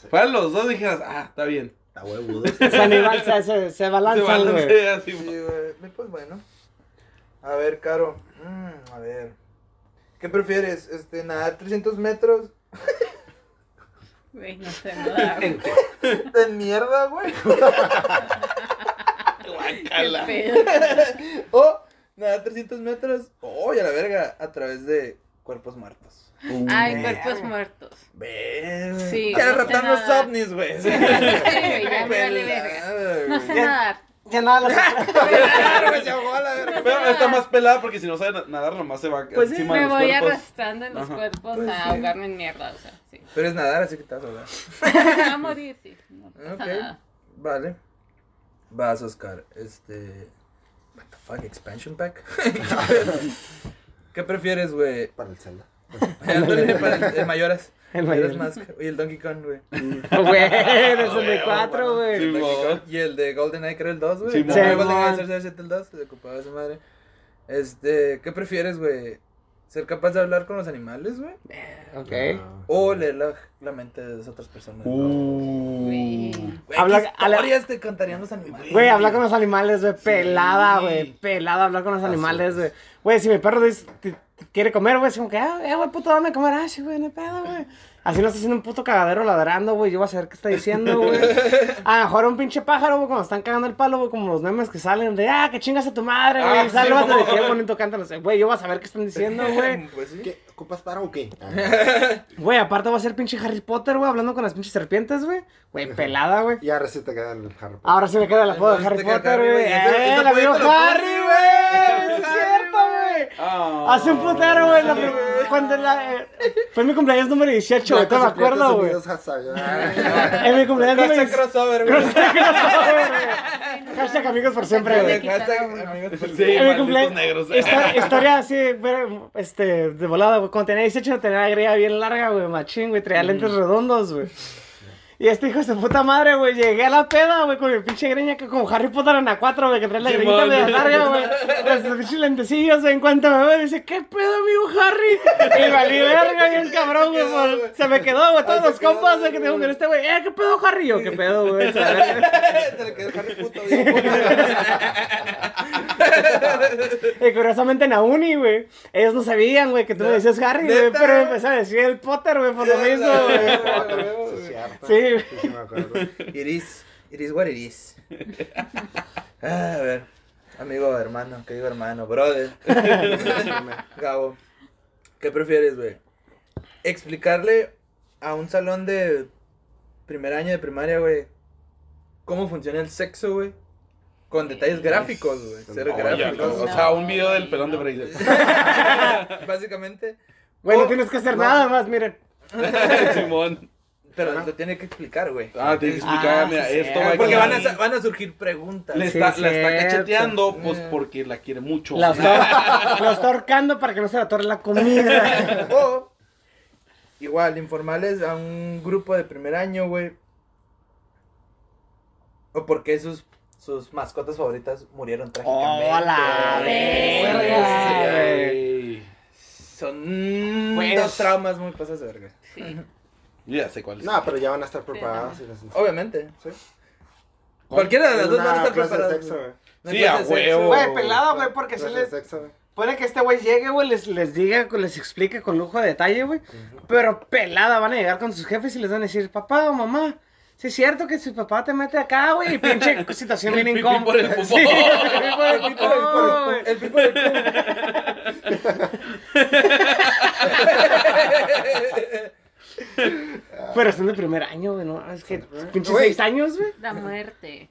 D: Para los dos dijeras, ah, está bien.
A: Está huevudo.
E: Se, anival- se, se, se
D: Se
E: balanzan, güey.
D: balancea, sí,
B: Sí,
D: güey.
B: güey. Pues bueno. A ver, Caro. Mm, a ver. ¿Qué prefieres? Este, nadar 300 metros
C: Güey, no sé nada. güey.
B: de mierda, güey.
C: Qué
D: Guácala.
C: pedo.
B: O nadar 300 metros. Oh, y a la verga. A través de cuerpos muertos.
C: Ay, cuerpos muertos.
B: Ve.
C: Sí,
B: Quiero
C: no sé
B: raptar los
C: nada.
B: ovnis, güey.
C: Sí, güey, ya me vale verga. No sé nadar.
E: Ya nada, las-
B: Claro, güey, se ahogó a la verga.
D: Pero está más pelada porque si no sabe na- nadar, nomás se va
B: Pues sí,
D: encima de
C: Me
D: los
C: voy
D: cuerpos.
C: arrastrando en los
D: Ajá.
C: cuerpos
B: Pues
C: a
B: sí.
C: ahogarme en mierda, o sea, sí.
B: Pero es nadar, así que te vas a ahogar.
C: Me voy a morir, sí. No pasa
B: Ok.
C: nada.
B: Vale. Vas, Oscar. Este. What the fuck? ¿Expansion pack? ¿Qué prefieres, güey?
A: Para el celda.
B: Ándale, para el, el Mayoras.
E: El
B: Mayoras
E: mayor. Ah,
B: Mask. Y el Donkey Kong, güey.
E: Güey, del 64,
D: Sí,
E: güey.
B: El Donkey
D: Simón.
B: Kong Y el de GoldenEye, creo el 2, güey.
D: Simón.
B: No, el
E: Simón.
B: GoldenEye 007, el 2. Se ocupaba esa madre. Este. ¿Qué prefieres, güey? ¿Ser capaz de hablar con los animales, güey?
E: Ok.
A: Ah.
B: ¿O leer la, la mente de las otras personas? güey?
D: Uh.
C: Güey.
B: Güey,
E: Uh. Habla-
B: ¿qué
E: habla-
B: historias te contarían los animales?
E: Güey, hablar con los animales, güey. Pelada, güey. Pelada hablar con los animales, güey. Güey, si mi perro dice, "Te- te quiere comer, güey, es como que, ah, eh, güey, puto, dame a comer. Ah, sí, güey, no hay pedo, güey. Así no está haciendo un puto cagadero ladrando, güey. Yo voy a saber qué está diciendo, güey. A lo mejor un pinche pájaro, güey, cuando están cagando el palo, güey, como los memes que salen de, ah, que chingas a tu madre, güey.
D: Ah,
E: Sálvate
D: sí,
E: de qué
D: no.
E: bonito cantan. los- Güey, yo voy a saber qué están diciendo, güey.
B: Pues sí.
A: ¿Qué? ¿Ocupas para o qué? Ah,
E: Güey, aparte va a ser pinche Harry Potter, güey, hablando con las pinches serpientes, güey. Güey, pelada, güey.
A: Y ahora sí te queda el Harry Potter.
E: Ahora sí me queda la foto de
B: Entonces
E: Harry
B: te queda
E: Potter,
B: Harry,
E: güey.
B: güey. Eso-
E: ¡Eh,
B: eso
E: la
B: fue
E: vio
B: otro
E: Harry,
B: punto.
E: güey! ¡Es cierto, güey!
D: Ah.
E: Hace un putero, güey. la prim- Cuando la, eh, fue mi cumpleaños número 18, güey. Te me acuerdo, güey.
A: Ah,
E: En mi cumpleaños número
B: Hashtag
E: 18.
B: crossover, güey.
E: Hashtag amigos por siempre,
C: Hashtag-
E: güey.
B: Hashtag amigos por
D: Sí,
E: En mi
D: malditos
E: cumpleaños.
D: negros.
E: histo- Historia así, pero, este, de Mm. volada, güey. Cuando tenía 18 tenía una greña bien larga, güey. Machín, güey. Traía lentes redondos, güey. Y este hijo de su puta madre, güey, llegué a la peda, güey, con mi pinche greña, que como Harry Potter en la 4, güey, que trae la greñita
J: Simón.
E: medio larga, güey. Con sus pinches lentecillos, güey, en cuanto me ve, dice, ¿qué pedo, amigo Harry? Y valí verga, bien cabrón, güey, por- se me quedó, güey, todos los compas, güey, que tengo con este, güey, eh, ¿qué pedo, Harry? Yo, ¿qué pedo, güey? Se la verga.
K: Se le quedó el Harry puto. bien.
E: Y curiosamente en la uni, güey, ellos no sabían, güey, que tú me decías Harry, güey,
B: ¿Neta?
E: pero me empezó a decir el Potter, güey, por lo mismo, güey.
A: Sí, es cierto.
E: Sí, güey.
A: Sí, sí me acuerdo.
B: It is, it is what it is. Ah, a ver, amigo, hermano, que digo hermano, brother. Gabo, ¿qué prefieres, güey? Explicarle a un salón de primer año de primaria, güey, cómo funciona el sexo, güey. Con detalles gráficos, güey. Cero
A: No, ya,
B: gráficos.
D: O sea, un video del pelón de Braille. Oh,
B: Básicamente.
E: Güey, no
B: Oh,
E: tienes que hacer nada más, miren.
D: Simón.
B: Pero lo tiene que explicar, güey.
D: Ah, te que explicar,
E: Ah,
D: mira,
E: sí,
D: esto
E: cierto.
D: va
B: Porque
D: quedar-
B: van a, sa- van a surgir preguntas.
D: Le
E: Sí,
D: está, la está
E: cierto.
D: cacheteando, pues porque Pues la quiere mucho.
E: La está, la está ahorcando para que no se le atorre la comida.
B: O, igual, informales a un grupo de primer año, güey. O porque sus, sus mascotas favoritas murieron trágicamente.
E: Hola, Oh, verga, güey.
D: Ey.
B: Son
E: Pues-
B: dos traumas muy pasas de verga.
D: Yo ya sé cuál es.
A: No, pero ya van a estar preparados. y las-
B: Obviamente, sí. Cualquiera de las dos
A: Una
B: van a estar
A: clase de
B: preparadas.
A: sexo, güey.
B: No hay
D: Sí, a
B: clase de sexo.
D: huevo.
E: Güey, pelado, güey, porque si
A: Clase
E: les...
A: de sexo, güey.
E: Pone que este güey llegue, güey, les, les diga, les explique con lujo de detalle, güey. Pero pelada, van a llegar con sus jefes y les van a decir, papá o mamá, si es cierto que su papá te mete acá, güey, y pinche situación bien
D: Pipí por
E: incómoda.
D: el pupón.
E: Ay,
B: El pico del
E: no,
B: culo,
E: güey.
B: el pico del culo.
E: Pero son de primer año, güey, ¿no? Es que pinches
A: Güey.
E: seis años, güey.
C: La muerte.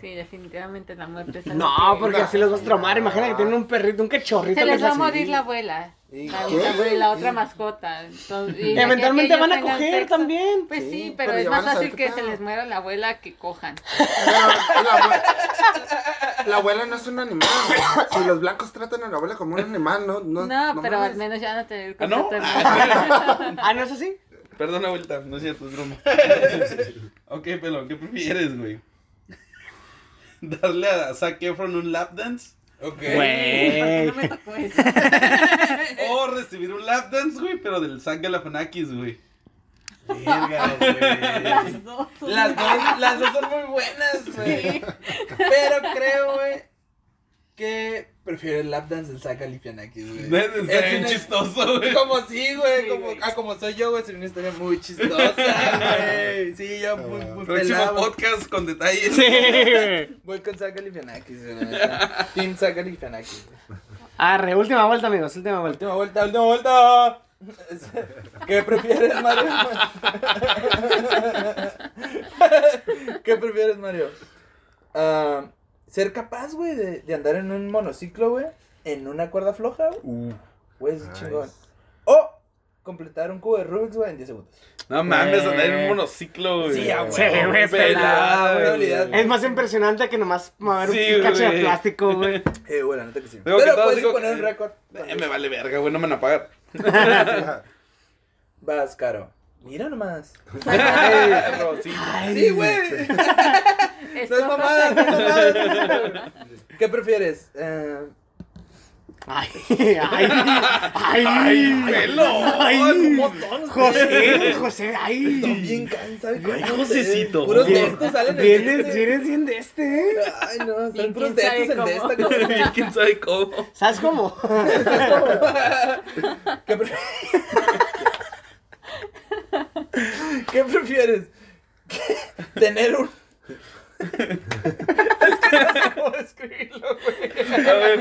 C: Sí, definitivamente la muerte. es algo
E: No,
C: que-
E: porque así los vas a traumar. Imagina que tienen un perrito, un cachorrito.
C: Se les va a
E: hace-
C: morir la abuela.
A: ¿Y
C: La,
A: qué?
C: la abuela, la otra mascota. Entonces, y
E: Y Eventualmente
C: aquella
E: van a
C: tenga
E: coger
C: sexo.
E: también.
C: Pues sí,
A: Sí,
C: pero,
A: pero
C: es
A: ya
C: más
A: van a saber
C: fácil
A: qué
C: que se
A: pedo.
C: les muera la abuela que cojan.
A: Pero la, abue- la abuela no es un animal. güey. Si los blancos tratan a la abuela como un animal, no. No,
C: No, pero al
A: mames.
C: menos ya van a tener
D: Ah, ¿no?
C: concepto de-
E: Ah, ¿no es así?
D: Perdona, vuelta, no es cierto, es broma. ok, pelón, ¿qué prefieres, güey? ¿Darle a Zac Efron un lap dance?
B: Ok.
E: Güey.
C: No me tocó eso.
D: ¿O recibir un lap dance, güey, pero del Zac Galifianakis, güey?
B: Verga, güey.
C: Las dos.
B: Las dos, las dos son muy buenas, güey. Pero creo, güey, que prefiero el lap dance del Saka Lipianakis,
D: No
B: güey.
D: es en serio,
B: una-
D: chistoso, güey.
B: Como sí, güey,
C: Sí,
B: como,
C: güey.
B: ah, como soy yo, güey, es una historia muy chistosa, güey. Sí, yo muy, muy
D: Ah, Próximo
B: pelado.
D: podcast con detalles.
E: Sí, güey.
B: Voy con Saka Lipianakis, güey. la neta. Team Saka Lipianakis. güey.
E: Arre, última vuelta, amigos, última vuelta.
B: Última vuelta, última vuelta. ¿Qué prefieres, Mario? ¿Qué prefieres, Mario? Ah, ser capaz, güey, de, de andar en un monociclo, güey, en una cuerda floja, güey. Güey, es
A: Nice.
B: chingón. O completar un cubo de Rubik's, güey, en 10 segundos.
D: No mames,
E: Eh.
D: andar en un monociclo, güey.
B: Sí, a huevo.
E: Sí, güey, es pelada,
B: güey.
D: habilidad.
E: Es más impresionante que nomás mover
D: Sí,
E: un cacho de
D: güey.
E: plástico, güey.
B: Eh, güey, la neta que sí.
D: Digo que
B: Pero
D: todos
B: puedes
D: digo
B: poner
D: que-
B: un récord.
D: Eh, me vale verga, güey, no me van a pagar.
B: Vas, caro. Mira nomás.
D: Perro, sí.
B: Sí, güey. No es
C: Escoja-
B: mamada, no es mamada. ¿Qué prefieres? Eh,
E: Ay, ay, ay,
D: ¡Ay, pelón!
E: Ay.
D: ¿Cómo son?
E: José, José,
B: Son
E: ay.
B: bien cansados.
D: Ay, Josecito.
B: Puros de
E: Bien-
B: estos salen en
E: Vienes,
B: este.
E: vienes bien de este, ¿eh?
B: Ay, no,
C: ¿Y
B: son puros
C: quién
B: de
C: sabe
B: estos en de esta.
C: cómo?
B: como-
D: ¿Quién sabe cómo?
E: ¿Sabes cómo?
B: ¿Qué, prefieres? ¿Qué prefieres? ¿Qué- ¿Tener un... es que no sé cómo describirlo, güey.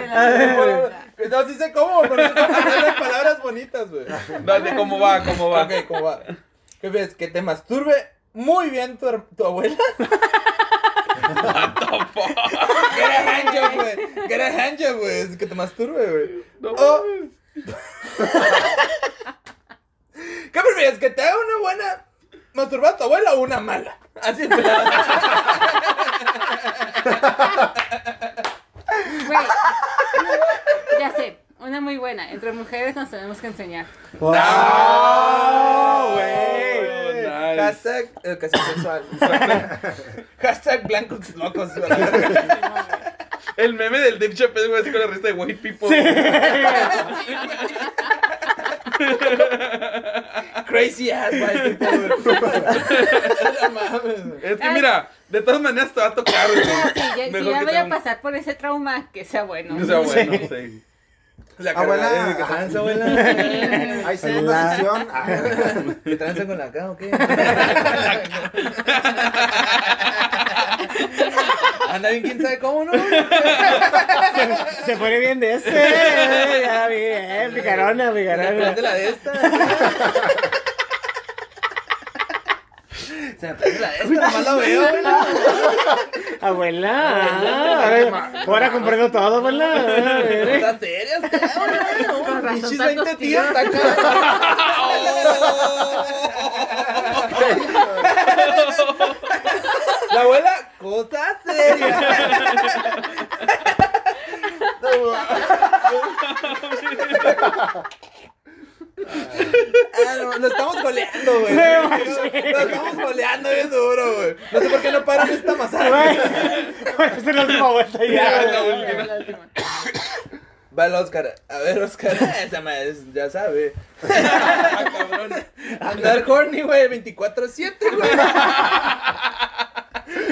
D: A ver,
B: No, sí sé cómo, pero no sé las palabras bonitas, güey.
D: dale, ¿cómo va? ¿Cómo va?
B: Ok, ¿cómo va? ¿Qué prefieres? ¿Que te masturbe muy bien tu, her- tu abuela?
D: What the fuck?
B: Que era handjob, güey. Que era handjob, güey. Es Que te masturbe, güey. Oh.
D: No
B: O-
D: mames.
B: ¿Qué prefieres? ¿Que te haga una buena masturba a tu abuela o una mala? Así es.
C: Güey, Ya sé, una muy buena. Entre mujeres nos tenemos que enseñar.
E: ¡Wow, güey!
D: Oh, Ay.
B: Hashtag educación sexual. Hashtag blancos locos.
D: El meme del Dave Chappelle, güey, así con la resta de white people. güey.
B: Crazy ass white people. No mames, güey.
D: Es que mira, de todas maneras te va a tocar, güey.
C: Ah, Sí, ya, sí,
D: Mejor
C: ya
D: que
C: voy
D: te-
C: a pasar por ese trauma, que sea bueno.
D: O sea, bueno, sí.
B: La
L: Abuela.
B: cargadera de que tranza, abuela.
A: Hay segunda
E: Hola.
A: sesión. Ah,
B: ¿Que tranza con la K o qué? Anda bien, quién sabe cómo, ¿no?
E: Se pone bien de ese. Ya vi, eh, picarona, picarona.
B: Prende la de esta. Se me prende la de esta, nomás la veo, abuela.
E: Abuela. Ahora- Ahora comprendo todo, abuela. A ver, eh.
B: Está seria, usted, abuela.
C: Con razón,
B: Pinches
C: tantos
B: 20 tíos
C: tiros.
B: está acá. La abuela, cosa seria. Ah, no, lo estamos goleando, güey.
E: No
B: Lo estamos goleando bien duro, güey. No sé por qué no paran esta masacre.
E: Güey. Ahora es la última vuelta ya.
D: la
E: güey.
D: última.
C: La última.
B: Va el Oscar. A ver, Oscar. Esa madre es- ya sabe. Andar horny, güey, 24-7, güey.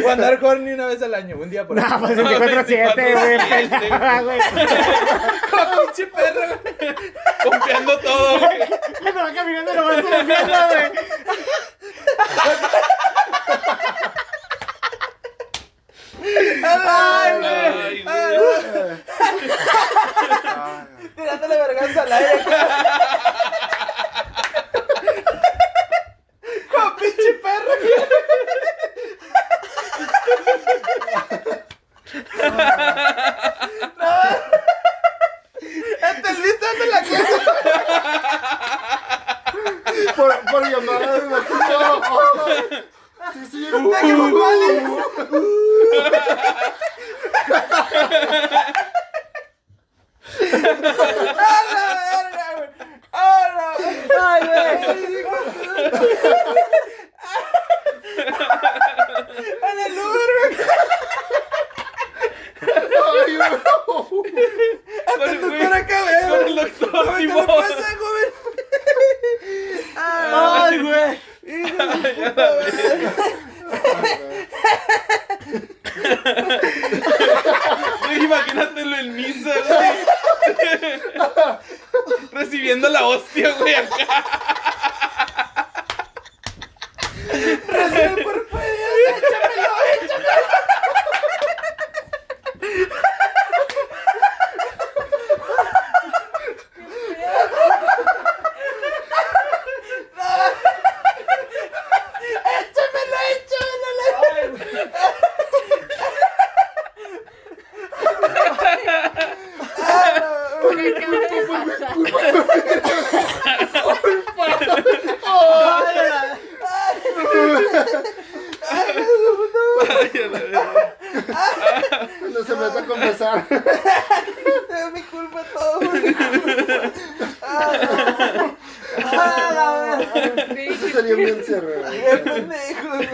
B: O andar horny una vez al año, un día por
E: No,
B: año.
E: pues 24-7, güey. pelada, güey.
B: ¡Ah, pinche perro!
D: Confiando todo, güey.
E: Cuando va caminando, lo vas moviendo, güey.
B: ¡Ay, güey!
D: Ay,
B: Ay,
D: güey.
A: ah,
B: güey, Tirándole verganza al aire. ¡Con pinche perro! ¡Hasta el visto, hasta la cara!
A: Por, por llamada de la- No, oh, Sí, sí,
B: ¡A la verga, güey! ¡A la ¡Ay, güey! ¡En el Uber, güey!
A: Ay, no.
B: ¡Hasta
D: Con-
B: tu
D: güey,
B: cara acá, güey!
D: Con el doctor,
B: ¿Qué
D: Simón.
B: le pasa, joven? ¡Ay, güey! ¡Hijo de puta, güey!
D: Güey, imagínatelo en misa, güey. Recibiendo la hostia, güey, acá.
B: ¡El cuerpo de Dios! ¡Échamelo, échamelo! ¡Échamelo, échamelo!
C: Güey, ¿qué me pasa?
D: Ay, a la verga.
A: No se meta a confesar.
B: Es mi culpa todo. güey. Ah, la verga.
C: Güey,
A: Eso sería bien
B: Qué
A: cerrado.
B: pendejo, güey.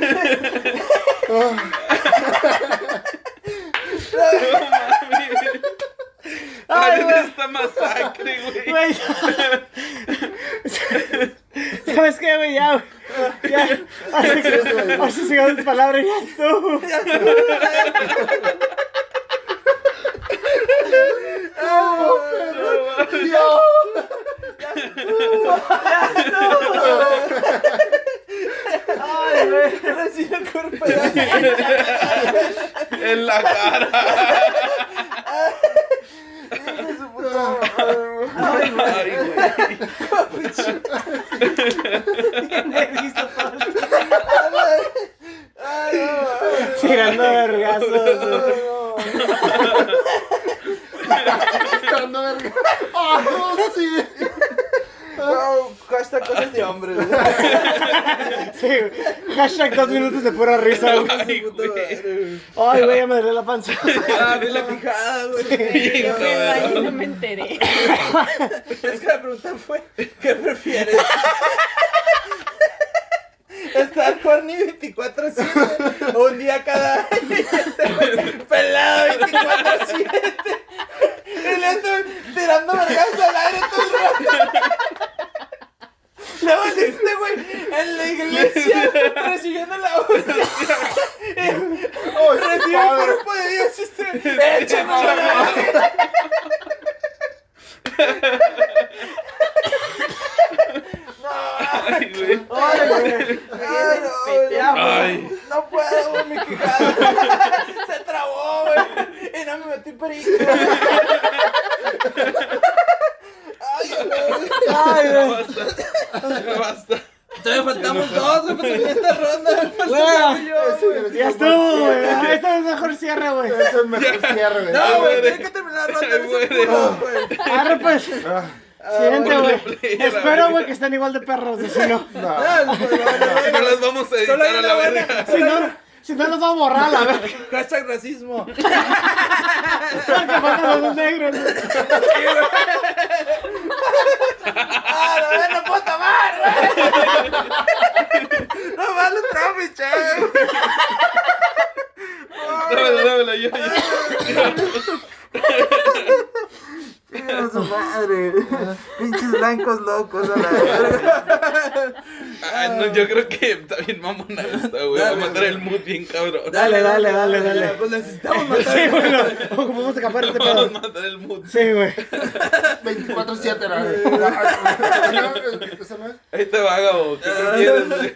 D: No mames. Ay, esta masacre, güey.
E: Güey. ¿Sabes qué, güey? Ya, güey. Ya. Así que- así se quedan tus palabras. Ya estuvo.
A: Dios.
B: Ay, güey. Recién el cuerpo de Dios.
D: En la cara.
B: Hijo de su puta madre.
D: Ay, güey.
B: Ay, no.
E: Tirando vergazos. güey.
A: Dando verga. Ah, no, sí.
B: No, hashtag cosas de hombre, güey.
E: Sí, güey. Hashtag dos minutos de pura risa, güey.
D: Ay, güey.
B: eh.
E: Ay, güey, ya me duele la panza.
B: Ah, ve la pijada, güey.
C: güey,
D: Bien,
C: ay,
D: cabrón.
C: No me enteré.
B: Es que la pregunta fue, ¿qué prefieres? Estar horny 24-7. Un día cada año. y este güey Pelado 24-7. El otro tirando vergas al aire todo el rato. Luego el de este güey en la iglesia recibiendo la hostia. Recibe el cuerpo de Dios. y Este, échame a la
D: Ay, güey.
M: Ay, güey. Ay, no, güey, no,
D: Ay.
M: puedo. No puedo, güey, mi quijada.
B: Se trabó, güey. Y no me metí perico.
M: Ay, güey.
E: Ay,
D: Ya
E: güey.
D: basta. Ya basta.
B: Todavía faltamos dos, güey, para terminar esta ronda.
E: Bueno, ya estuvo, güey. Ah,
A: Ese
E: Esta es mejor cierre, güey.
A: es el mejor cierre, güey.
B: No, güey,
D: güey.
B: tiene que terminar la ronda.
D: Ay,
B: eres
D: güey.
B: el culo, güey.
E: Arre, pues.
A: Ah,
E: Siguiente, güey. Espero, güey, que estén igual de perros. y Si no,
A: No.
D: Si no las vamos a editar
B: Solo hay
D: a la
B: una buena.
D: verga.
E: si no, si no nos va a borrar, la verga.
B: Hashtag racismo.
E: Porque faltan los negros. güey.
B: ¡Ah, la verdad, no puedo tomar! güey. ¡No vale Trump, che!
D: Dámela, dámela, yo, yo.
B: ¡Mira su madre! Pinches blancos locos, a la verga.
D: Ah, no, yo creo que está bien mamona esta, güey. Va a
B: Dale,
D: matar el mood bien cabrón.
E: Dale, dale, dale, dale.
B: Pues necesitamos matar.
E: Sí, bueno. Ocupamos escapar de este
D: Vamos
E: pedo.
D: a matar el mood.
E: Sí, güey.
A: 24-7 era. No, Ah, eso no es.
D: Ahí te va, Gabo. Este ¿Qué
B: Ah.
D: prefieres, güey?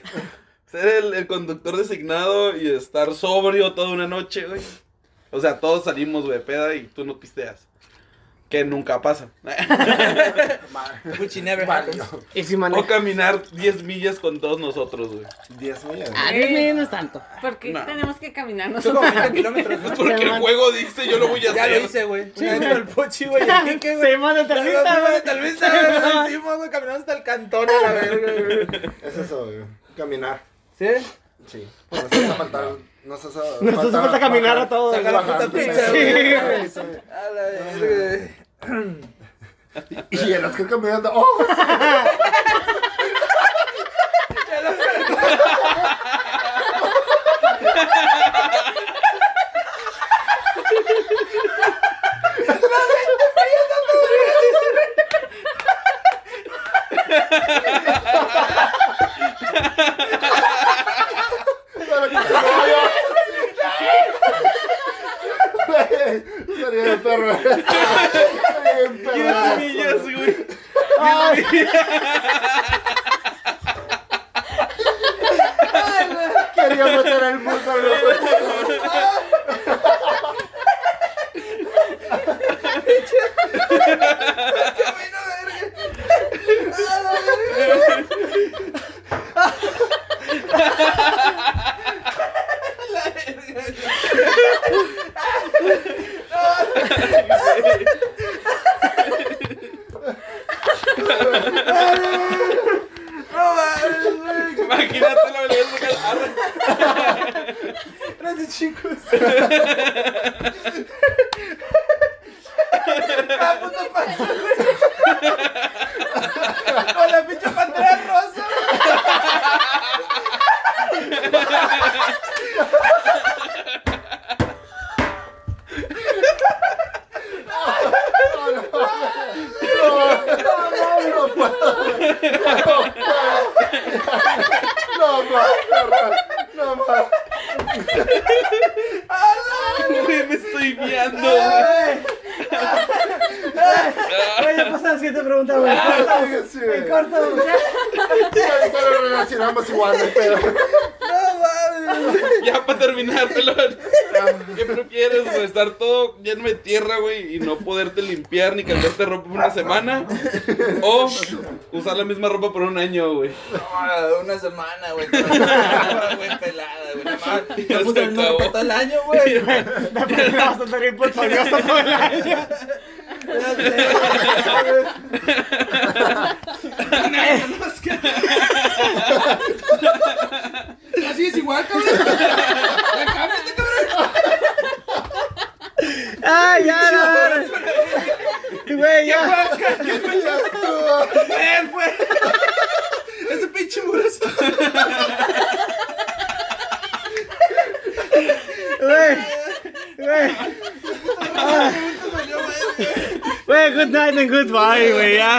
D: ¿Ser el, el conductor designado y estar sobrio toda una noche, güey? O sea, todos salimos, güey, de peda y tú no pisteas. Que nunca pasa.
B: Gucci never
A: Valió.
E: Y si
D: o
E: maneja.
D: caminar 10 millas con todos nosotros, güey.
A: 10 millas.
E: Ah, diez millas no es tanto.
C: ¿Por qué
D: No.
C: tenemos que caminar
B: Son como
C: nosotros?
B: 20 kilómetros.
D: Pues porque el
E: man.
D: juego dice, yo lo voy a
B: Ya
D: hacer.
B: lo hice, güey. Una vez con el pochi, güey. y el Quique, güey.
E: Se manda
B: Tal vez,
E: entrevista, güey.
B: tal vez, tal vez, lo hicimos, güey, caminamos hasta el cantón a la verga, güey.
A: Es eso, güey. Caminar.
B: ¿Sí?
A: Sí. Nos hace falta. Nos hace falta.
E: Nos hace falta caminar a todos.
B: Sacar la puta pizza,
E: Sí,
B: güey.
E: güey.
B: A la verga.
A: Y el Oscar caminando. ¡Oh! Para que se vaya. Güey, Estaría de perro. Estaría bien perro.
D: 10 millas, güey.
E: Ay,
A: Quería meter el mundo en los
B: No mames, güey.
D: Imagínate la velocidad que agarra.
B: Gracias, chicos. Ah, puta pantalla. Con la pinche pantalla rosa.
A: No puedo, güey. No puedo. No más,
D: Güey, me estoy viando, güey.
E: güey. Güey, ya pasa la siguiente pregunta, güey.
A: no más. Sí, güey.
E: En corto, güey.
A: Ahorita lo relacionamos igual, no hay pedo.
D: Ya para terminar, pelón. ¿Qué prefieres, güey? Estar todo lleno de tierra, güey, y no poderte limpiar ni cambiarte ropa por una semana. O usar la misma ropa por un año, güey.
B: No, Ah, una semana, güey. pero no, güey, pelada, güey. No mames.
D: Ya
B: Yo Ah, puse
D: se
B: el mismo
D: acabó.
B: ropa todo el año, güey.
E: La pregunta va a estar bien porfoliosa todo el año.
B: Ya sé, güey. Nos queda-
M: Así es igual, cabrón.
E: Ay, Ah, ya, no. Güey, ya.
B: Él fue. Ese pinche muro.
E: good night and goodbye, güey, ya.